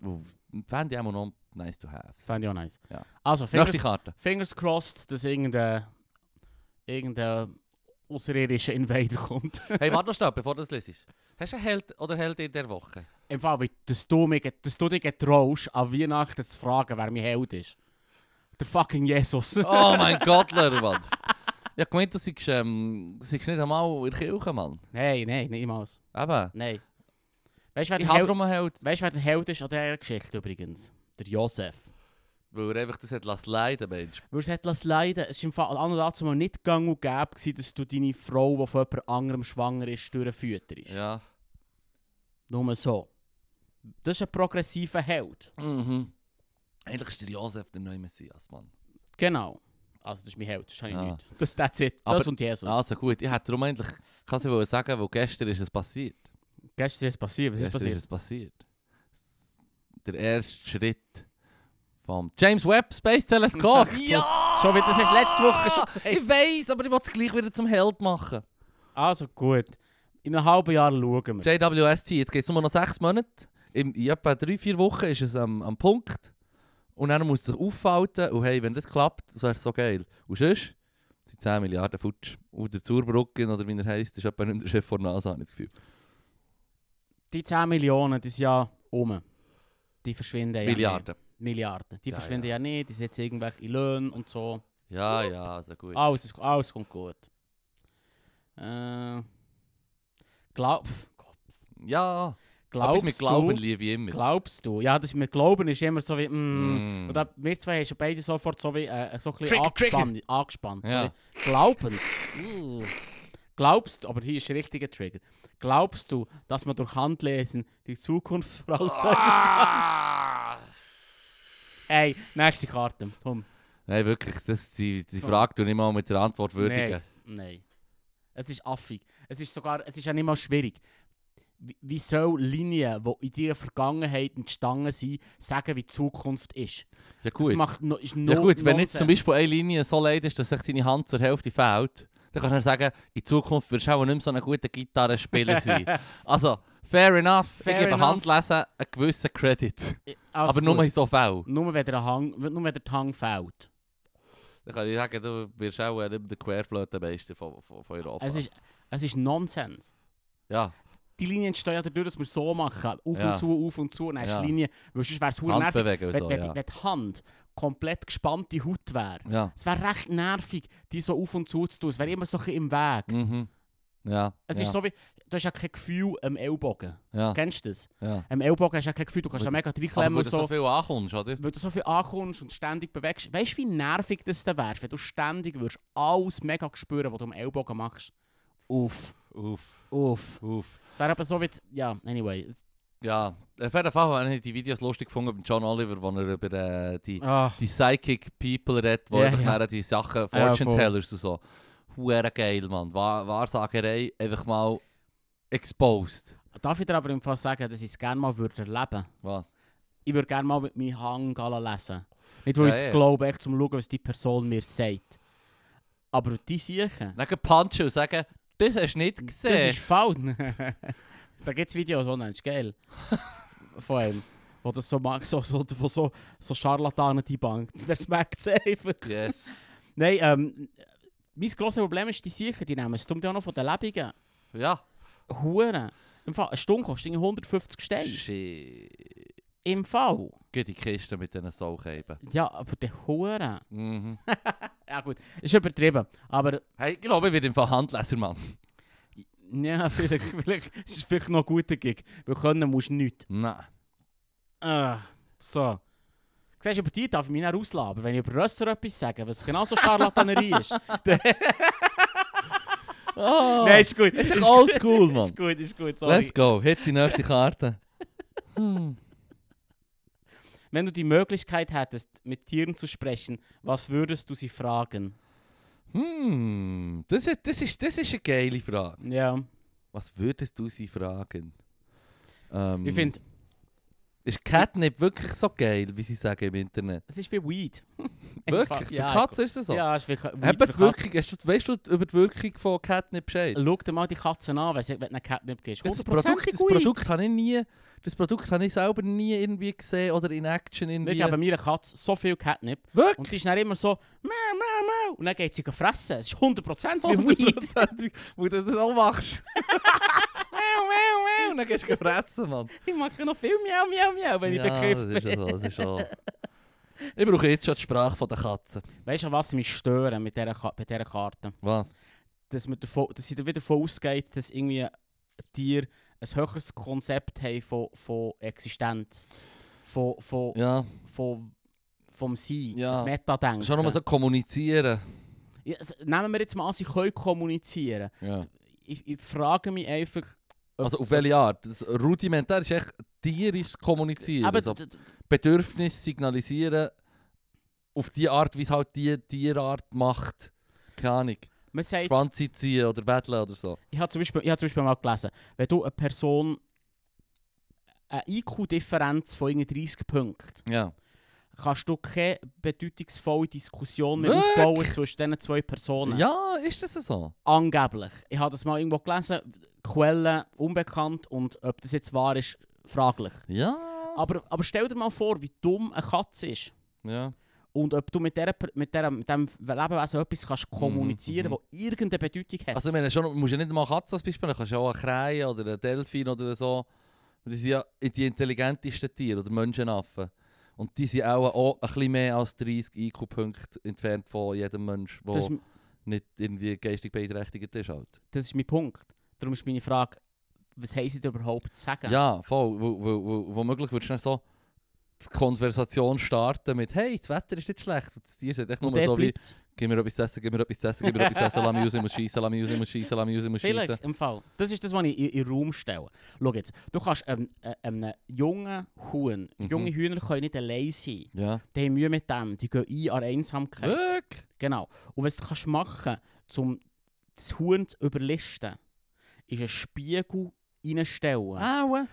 A: Und Fände ich auch noch nice to have.
B: Das fände ich auch nice.
A: Ja.
B: Also,
A: Nächste
B: Fingers,
A: Karte.
B: fingers crossed, dass irgendein, irgendein außerirdischer Invader kommt.
A: Hey, warte noch schnell, bevor du das liest. Hast du einen Held oder Heldin der Woche?
B: Im Fall, wie, dass, du mich, get- dass du dich getraust, an Weihnachten zu fragen, wer mein Held ist. Der fucking Jesus.
A: Oh mein Gott, Lerwan. Ich meinte, du seist, ähm, seist nicht einmal in der Kirche, Mann.
B: Nein, nein, niemals.
A: Eben.
B: Nein. Weißt du, wer,
A: Ich
B: der
A: habe
B: Held-
A: darum einen Held,
B: weisst du, wer der Held ist an dieser Geschichte übrigens? Der Josef.
A: weil er einfach das hat lassen leiden, Mensch.
B: Weil es hat lassen leiden es war im Fall an und dazu mal nicht gang und gäbe, gewesen, dass du deine Frau, die von jemand anderem schwanger ist, durchfütterst.
A: Ja.
B: Nur so. Das ist ein progressiver Held.
A: Mhm. Eigentlich ist der Josef der neue Messias, Mann.
B: Genau. Also das ist mein Held, das habe ich
A: Ja.
B: nicht. Das, that's it. Das
A: Aber-
B: und Jesus.
A: Also gut, ich hätte darum eigentlich, kann ich wohl sagen, weil gestern ist es passiert.
B: Gestern ist es passiert, was ist
A: gestern
B: passiert?
A: ist es passiert. Der erste Schritt vom James Webb Space Teleskop. ja!
B: Schon wieder, das hast du letzte Woche schon gesagt.
A: Ah, Ich weiß, aber ich wollte es gleich wieder zum Held machen.
B: Also gut. In einem halben Jahr schauen wir.
A: JWST, jetzt geht es nur noch sechs Monate. In, in etwa drei, vier Wochen ist es am, am Punkt. Und dann muss es sich auffalten. Und hey, wenn das klappt, das wäre so geil. Und sonst sind 10 Milliarden futsch. Und der Zurbrücken, oder wie er heisst, ist etwa nicht der Chef von NASA, habe ich das Gefühl.
B: Die 10 Millionen, die sind ja um. Die verschwinden ja nicht.
A: Milliarden.
B: Milliarden. Die
A: Ja,
B: verschwinden
A: ja.
B: ja. nicht, die sind jetzt irgendwelche Löhne und so.
A: Ja, ja, so gut. Ah.
B: Alles, ist, alles kommt gut. Äh, glaub,
A: Ja, etwas
B: glaubst
A: mit Glauben
B: du?
A: liebe ich immer.
B: Glaubst du? Ja, das mit Glauben ist immer so wie... mm,
A: Mm.
B: Und da, wir zwei haben schon beide sofort so wie äh, so ein bisschen
A: Trigger, trigger.
B: angespannt. angespannt
A: Ja.
B: so wie, glauben. Uh. Glaubst aber hier ist der richtige Trigger. Glaubst du, dass man durch Handlesen die Zukunft voraussagen?
A: Ah!
B: Ey, nächste Karte. Tom.
A: Nein, wirklich, das, die, die Frage tue ich mal mit der Antwort würdigen.
B: Nein. Nein. Es ist affig. Es ist sogar, es ist ja nicht mal schwierig. Wie, wie soll Linien, die in deiner Vergangenheit entstanden sind, sagen, wie die Zukunft ist?
A: Ja, gut.
B: Das macht no, ist no
A: ja, gut, wenn jetzt zum
B: Nonsens.
A: Beispiel eine Linie so leid ist, dass sich deine Hand zur Hälfte fehlt, dann kannst du dann sagen, in Zukunft wirst du auch nicht mehr so ein guter Gitarrenspieler sein. also, fair enough,
B: Fair
A: ich gebe
B: enough.
A: Handlesen einen gewissen Credit.
B: Also
A: aber nur
B: gut.
A: in so Fällen.
B: Nur wenn der Hang, nur wenn der Hang fällt.
A: Dann kann ich sagen, du wirst auch nicht mehr der Querflötenmeister von, von, von Europa.
B: Es ist, es ist Nonsens.
A: ja,
B: Die Linien entstehen ja dadurch, dass wir so machen. Auf
A: Ja.
B: und zu, auf und zu. Und dann
A: Ja.
B: ist die Linie, weil sonst wäre es verdammt
A: Hand
B: nervig,
A: bewegen und
B: wenn,
A: so,
B: wenn,
A: ja.
B: wenn die Hand komplett gespannte Haut wäre.
A: ja.
B: Es wäre recht nervig, die so auf und zu zu tun. Es wäre immer so ein bisschen im Weg.
A: Mhm. Ja,
B: Es
A: ja,
B: ist so wie, du hast ja kein Gefühl am Ellbogen.
A: ja,
B: Kennst du das?
A: ja.
B: Am Ellbogen hast du ja kein Gefühl, du kannst
A: Aber
B: da mega
A: Aber
B: reinklemmen
A: wo
B: und
A: du so,
B: so.
A: viel ankommst, oder?
B: Weil du so viel ankommst und ständig bewegst. Weißt du, wie nervig das dann wäre, wenn du ständig würdest alles mega spüren, was du am Ellbogen machst? Uff,
A: Uff,
B: uff.
A: uff.
B: Es wäre aber so wie... Ja, anyway.
A: Ja, auf jeden Fall habe ich die Videos lustig gefunden mit John Oliver, wo er über äh, die...
B: Ah.
A: die Psychic People redet, die
B: Ja,
A: einfach
B: ja.
A: nachher die Sachen,
B: Ja,
A: Fortune
B: voll.
A: Tellers und so. Huere geil, Mann. Wahr Wahrsagerei einfach mal exposed.
B: Darf ich dir aber im Fall sagen, dass ich es gerne mal würde erleben würde?
A: Was?
B: Ich würde gerne mal mit meinem Hang gehen lesen. Nicht, weil
A: Ja,
B: ich es
A: ja.
B: glaube, echt zum schauen, was die Person mir sagt. Aber die Siechen,
A: Dann gehen punchen und sagen, das hast du nicht
B: das
A: gesehen.
B: ist faul. da gibt es Videos online, ist geil. Von ihm. Wo das so mag, so, so, von so, so Scharlatanen die Bank. Der schmeckt es einfach.
A: yes.
B: Nein, ähm, mein grosses Problem ist, die Siechen, die nehmen es darum ja auch noch von den Lebenden.
A: Ja.
B: Hure. Im Fall, eine Stunde kostet irgendwie 150 Steine.
A: Shit.
B: Im Fall.
A: Gute Kiste mit diesen Sauchheben.
B: Ja, aber der Hure.
A: Mhm.
B: Ja gut, ist übertrieben. Aber
A: Hey, ich glaube, ich werde im Fall Handleser, Mann.
B: ja, vielleicht, vielleicht es ist vielleicht noch ein guter Gig. Weil können musst du nichts.
A: Nein.
B: Ah, so. Siehst du, über die darf ich mich nicht auslabern. Wenn ich über Rösser etwas sage, was genauso Charlatanerie ist.
A: Oh.
B: Nein, ist gut.
A: ist
B: Ah. ist
A: old
B: gut,
A: school, Mann.
B: Ist gut, ist gut, sorry.
A: Let's go. Hit die nächste Karte. Hm.
B: Wenn du die Möglichkeit hättest, mit Tieren zu sprechen, was würdest du sie fragen?
A: Hm, das ist, das, ist, das ist eine geile Frage.
B: Ja.
A: Was würdest du sie fragen? Ähm,
B: Ich finde,
A: Ist Catnip wirklich so geil, wie sie sagen im Internet?
B: es ist wie Weed. Einfach-
A: Wirklich?
B: Ja,
A: Für Katzen ist es so.
B: Ja, es ist wie Ka-
A: Eben
B: Weed für
A: die
B: Katzen.
A: Wirkung, hast du, weißt du über die Wirkung von Catnip Shade?
B: Schau dir mal die Katzen an, wenn sie- wenn du ihnen Catnip gibst.
A: Das Produkt, das Produkt habe ich nie, das Produkt habe ich selber nie irgendwie gesehen oder in Action
B: Wir
A: irgendwie.
B: geben meiner Katze so viel Catnip.
A: Wirklich?
B: Und die ist dann immer so, mau, mau, mau. Und dann geht sie fressen. Es ist 100% wie Weed.
A: 100%, Weil du das auch machst. Miau, miau, miau. Und dann gehst du gefressen, Mann.
B: Ich mache noch viel miau, miau, miau, wenn ich
A: ja,
B: den Griff
A: das ist ja so, das ist so. Ich brauche jetzt schon die Sprache von der Katze.
B: Weißt du, an was mich stören mit dieser, Ka mit dieser Karte?
A: Was?
B: Dass, wir davon, dass sie wieder davon ausgeht, dass irgendwie ein Tier ein höheres Konzept haben von, von Existenz. Von, von,
A: Ja,
B: von, vom Sein.
A: Ja.
B: Das Metadenken.
A: schon nochmal so kommunizieren.
B: Ja, s- nehmen wir jetzt mal an, sie können kommunizieren.
A: Ja.
B: Ich, ich frage mich einfach... ob-
A: Also auf welche Art? Das rudimentär ist echt tierisches Kommunizieren.
B: Aber
A: also
B: d- d-
A: Bedürfnis signalisieren auf die Art, wie es halt die Tierart macht. Keine Ahnung.
B: man sagt...
A: Schwanz ziehen oder betteln oder so.
B: Ich habe zum, Beispiel- ich hab zum Beispiel mal gelesen, wenn du eine Person eine IQ-Differenz von irgendwie 30 Punkten,
A: Ja.
B: kannst du keine bedeutungsvolle Diskussion mehr
A: Wirklich?
B: aufbauen zwischen diesen zwei Personen.
A: Ja, ist das so?
B: Angeblich. Ich habe das mal irgendwo gelesen, Quelle unbekannt und ob das jetzt wahr ist, fraglich.
A: Ja.
B: Aber, aber stell dir mal vor, wie dumm eine Katze ist.
A: Ja.
B: Und ob du mit, dieser, Per- mit, dieser, mit diesem Lebewesen etwas kannst kommunizieren
A: mhm.
B: kannst, das irgendeine Bedeutung hat.
A: Also ich meine, schon, du musst ja nicht mal Katzen als Beispiel nehmen, du kannst ja auch eine Krähe oder einen Delfin oder so. Die sind ja die intelligentesten Tiere oder Menschenaffen. Und die sind auch, auch ein bisschen mehr als 30 IQ-Punkte entfernt von jedem Mensch, der
B: das,
A: nicht irgendwie geistig beeinträchtigt ist halt.
B: Das ist mein Punkt. Darum ist meine Frage, was haben sie da überhaupt zu sagen?
A: Ja, voll. Wo, wo, wo, womöglich würdest du dann so die Konversation starten mit «Hey, das Wetter ist nicht schlecht» und das Tier sagt echt nur
B: Und der
A: so wie
B: bleibt
A: «Gib mir etwas zu essen, gib mir etwas zu essen, gib mir etwas zu essen, lass mich raus, ich muss schiessen, lass mich raus, ich muss schiessen, lass mich raus, ich muss schiessen».
B: vielleicht im Fall. Das ist das, was ich in, in den Raum stelle. Schau jetzt, du kannst ähm, äh, einem jungen Huhn,
A: Mhm.
B: junge Hühner können nicht allein sein.
A: Ja.
B: Die haben Mühe mit dem, die gehen ein an Einsamkeit.
A: Wirklich?
B: Genau. Und was du kannst machen, um das Huhn zu überlisten, ist einen Spiegel reinstellen.
A: Aua.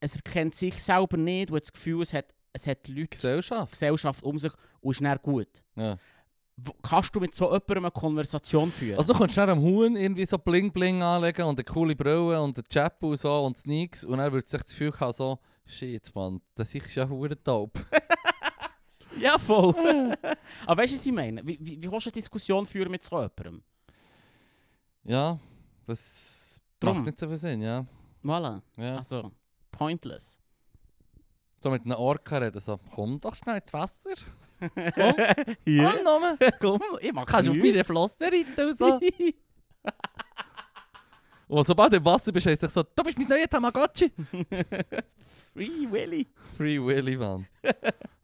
B: Es erkennt sich selber nicht und hat das Gefühl, es hat, es hat Leute
A: Gesellschaft.
B: Gesellschaft um sich und ist dann gut.
A: Ja.
B: W- Kannst du mit so jemandem eine Konversation führen?
A: Also du kannst dann am Huhn irgendwie so Bling Bling anlegen und eine coole Brille und eine Chapu und so und Sneaks und dann würde sich das Gefühl haben so «Shit, Mann, das ist ja verdammt taub.»
B: ja, voll. Aber weißt du, was ich meine? Wie, wie, wie kannst du eine Diskussion führen mit so jemandem?
A: Ja, das
B: Drum.
A: macht nicht so viel Sinn, ja.
B: Voilà.
A: ja.
B: Also, pointless.
A: So mit einem Orca reden, so «Komm doch schnell ins Wasser!»
B: Ja,
A: «Annehmen!
B: Ah, komm, ich mach
A: Kannst auf
B: nichts.
A: meine Flosse reiten und so!» Und sobald du im Wasser bist, heisst es so «Du bist mein neuer Tamagotchi!»
B: Free Willy. Also,
A: Free Willy, Mann.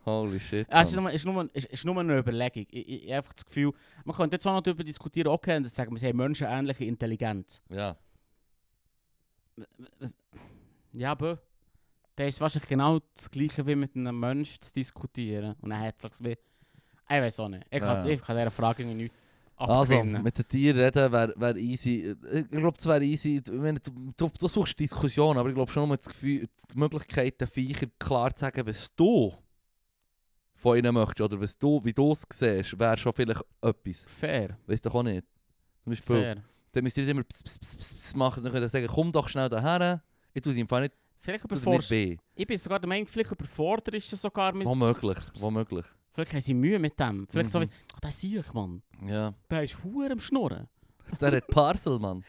A: Holy shit,
B: Ja, es ist
A: Mann.
B: nur, es ist, nur, es ist nur eine Überlegung. Ich, ich, ich habe einfach das Gefühl, man könnte jetzt auch noch darüber diskutieren, okay, und jetzt sagen wir, sie haben menschenähnliche Intelligenz.
A: Ja.
B: Ja, aber dann ist es wahrscheinlich genau das gleiche wie mit einem Menschen zu diskutieren. Und dann hat es wie. Ich weiß auch nicht. Ich kann,
A: Ja.
B: ich kann dieser Frage irgendwie nicht
A: Also,
B: abgewinnen.
A: mit den Tieren reden wäre wär easy. Ich glaube, es wäre easy. Ich meine, Du, du, du suchst Diskussion, aber ich glaube schon mal das Gefühl, die Möglichkeit, den Viecher klar zu sagen, was du von ihnen möchtest oder was du, wie du es siehst, wäre schon vielleicht etwas.
B: fair.
A: Weißt du auch nicht. Zum Beispiel,
B: Fair.
A: dann müsst ihr nicht immer ps, ps, ps, ps, ps machen, sondern könnt ihr sagen, komm doch schnell daher. Ich tue dir im Fall nicht,
B: Vielleicht
A: tue dir nicht
B: überfordert.
A: weh.
B: Ich bin sogar der Meinung, vielleicht überfordert ist sie sogar mit.
A: Womöglich, womöglich.
B: Vielleicht haben sie Mühe mit dem. Vielleicht so wie.
A: Mhm.
B: Ach, den sehe ich, Mann.
A: Ja.
B: Der ist Huren am Schnurren.
A: Der hat Parcel, Mann.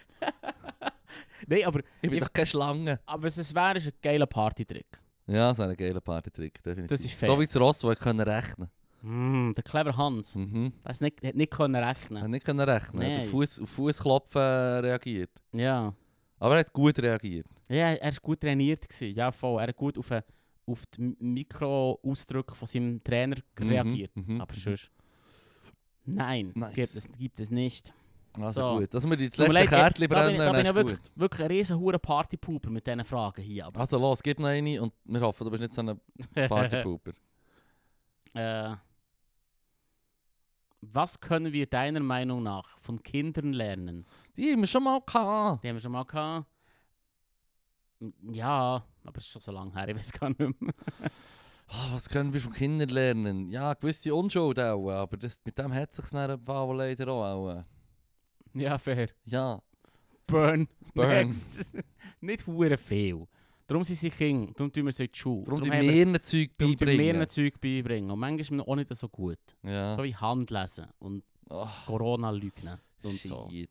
B: Nein, aber,
A: Ich bin
B: Ich-
A: doch keine Schlange.
B: aber was es wäre, ist ein geiler Partytrick.
A: Ja, so ein geiler Partytrick, definitiv.
B: Das ist fair.
A: So wie das Ross, das ich können rechnen
B: Mm, der clever Hans.
A: konnte. Mhm.
B: Der hat nicht, hat nicht können rechnen
A: Hat nicht können rechnen. Er hat
B: Nein.
A: auf Fuß, auf Fußklopfen reagiert.
B: Ja.
A: Aber er hat gut reagiert.
B: Ja, er war gut trainiert. Gewesen. Ja, voll. Er hat gut auf, den- auf die M- Mikroausdrücke von seinem Trainer reagiert.
A: Mhm, mhm,
B: Aber
A: mhm.
B: sonst. Nein,
A: Nice.
B: gibt, es, gibt es nicht.
A: Also
B: So.
A: gut. Dass wir die
B: Tut mir
A: letzte
B: leid, ja,
A: Kärtchen
B: da bin
A: brennen,
B: ich, da bin
A: dann
B: ich
A: ist
B: wirklich,
A: gut.
B: wirklich ein riesen hoher Partypooper mit diesen Fragen hier. Aber
A: Also los, gib noch eine und wir hoffen, du bist nicht so ein Partypooper.
B: Äh, was können wir deiner Meinung nach von Kindern lernen?
A: Die haben wir schon mal gehabt.
B: Die haben wir schon mal gehabt. Ja, aber es ist schon so lange her, ich weiß gar nicht mehr.
A: Ah, was können wir von Kindern lernen? Ja, gewisse Unschuld auch, aber das, mit dem hat sich dann leider auch. Äh.
B: Ja, fair.
A: Ja.
B: Burn.
A: Burn.
B: Next. Nicht hure viel. Darum sind sie Kinder, darum tun wir sie in die Schule.
A: Darum die
B: haben wir-
A: mehreren Zeug
B: darum tun wir
A: beibringen. Ah.
B: ihnen Zeug beibringen. Und manchmal auch nicht so gut.
A: Ja.
B: So wie Handlesen und
A: Ach,
B: Corona leugnen und so.
A: shit.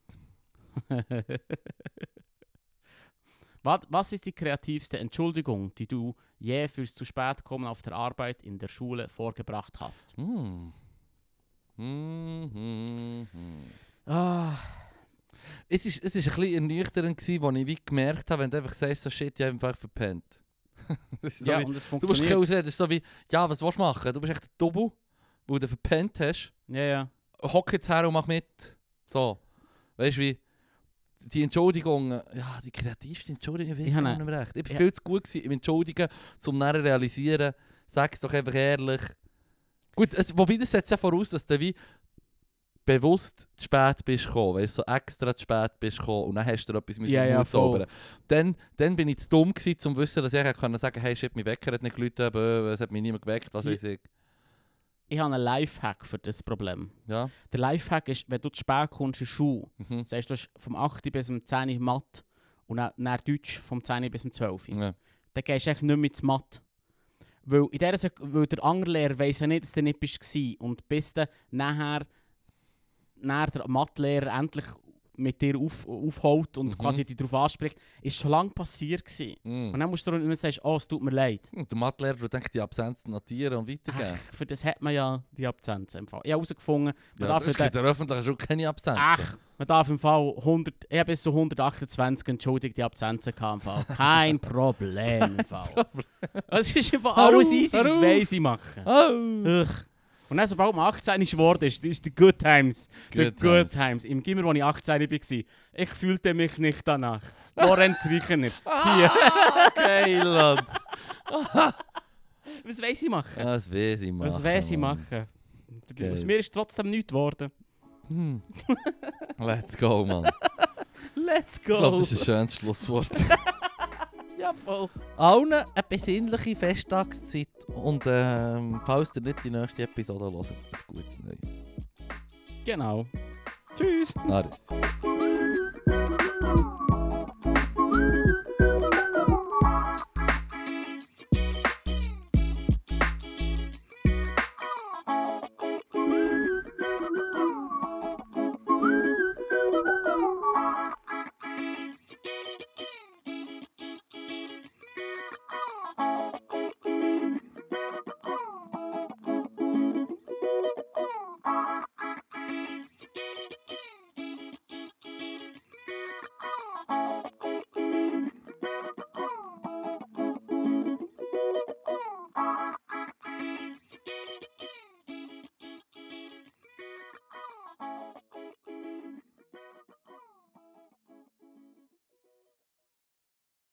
B: was, was ist die kreativste Entschuldigung, die du je fürs zu spät kommen auf der Arbeit in der Schule vorgebracht hast?
A: Mm. Mm, mm, mm.
B: Ah,
A: Es war es ist ein bisschen ernüchternd, gewesen, als ich wie gemerkt habe, wenn du einfach sagst, so shit, ich habe einfach verpennt. Das ist so
B: ja,
A: wie,
B: und es
A: du musst
B: funktioniert.
A: keine Ausrede, das ist so wie, ja, was willst du machen? Du bist echt ein Double, weil du verpennt hast.
B: ja, ja.
A: Hock jetzt her und mach mit. So. Weißt du wie? Die Entschuldigung, äh, ja, die kreativste Entschuldigung, ich
B: Ich
A: weiß
B: habe
A: gar nicht mehr recht. Ich war
B: ja.
A: viel zu gut gewesen im Entschuldigen, um nachher zu realisieren, sag es doch einfach ehrlich. Gut, es, wobei das setzt ja voraus, dass du wie bewusst zu spät bist gekommen, weißt du, so extra zu spät bist gekommen und dann hast du dir etwas müssen
B: Ja,
A: aus dem
B: ja,
A: Mund
B: voll.
A: zaubern. Dann, dann bin ich zu dumm gewesen, um zu wissen, dass ich hätte können sagen hey, shit, mein Wecker hat nicht geläutet, bö, es hat mich niemand geweckt, was
B: Ja.
A: weiß ich.
B: Ich habe einen Lifehack für das Problem.
A: Ja,
B: Der Lifehack ist, wenn du zu spät kommst in die Schule,
A: mhm.
B: das heißt, du hast vom 8. bis zum 10. Uhr Mathe und dann, dann Deutsch vom 10. bis zum 12. Uhr.
A: ja.
B: dann gehst du echt nicht mehr ins Mathe. Weil, in dieser Sek weil der andere Lehrer weiss ja nicht, dass du nicht bist. Und bis dann nachher, nachher der Mathelehrer endlich mit dir auf, aufholt und
A: Mhm.
B: quasi dich darauf anspricht, ist schon lange passiert. Gewesen.
A: Mhm.
B: Und dann musst du darum immer sagen, oh, es tut mir leid.
A: Hm, Der Mathelehrer würde denken, die Absenz notieren und
B: Ach,
A: weitergeben.
B: für das hat man ja die Absenz. Im Fall. Ich habe herausgefunden, man,
A: Ja, dus
B: darf
A: es
B: ja
A: gibt
B: den-
A: in der öffentlichen Schule keine Absenz.
B: ach, man darf im Fall 100, ich habe bis zu 128 entschuldigte Absenzen gehabt. Im Fall. Kein Problem. Im Fall. Es ist einfach
A: Hallo,
B: alles easy, das
A: hallo.
B: weiss ich machen.
A: Oh.
B: Ugh. Und dann, sobald man 18 ist geworden ist, ist die Good Times. Die
A: Good
B: Good Times. Im Gimmer, als ich 18 war, ich fühlte mich nicht danach. Lorenz Riechener. Hier.
A: Geil, Land.
B: Was weiss ich machen?
A: Was weiß ich machen.
B: Was weiss ich
A: Mann.
B: machen? Dabei-
A: Geil.
B: Aus mir ist trotzdem nichts geworden.
A: Hm. Let's go, Mann.
B: Let's
A: Ich glaube,
B: go!
A: das ist ein schönes Schlusswort.
B: Ja, voll.
A: Allen eine besinnliche Festtagszeit. Und ähm, falls ihr nicht die nächste Episode hört, ein gutes Neues.
B: Genau. Tschüss.
A: Adios.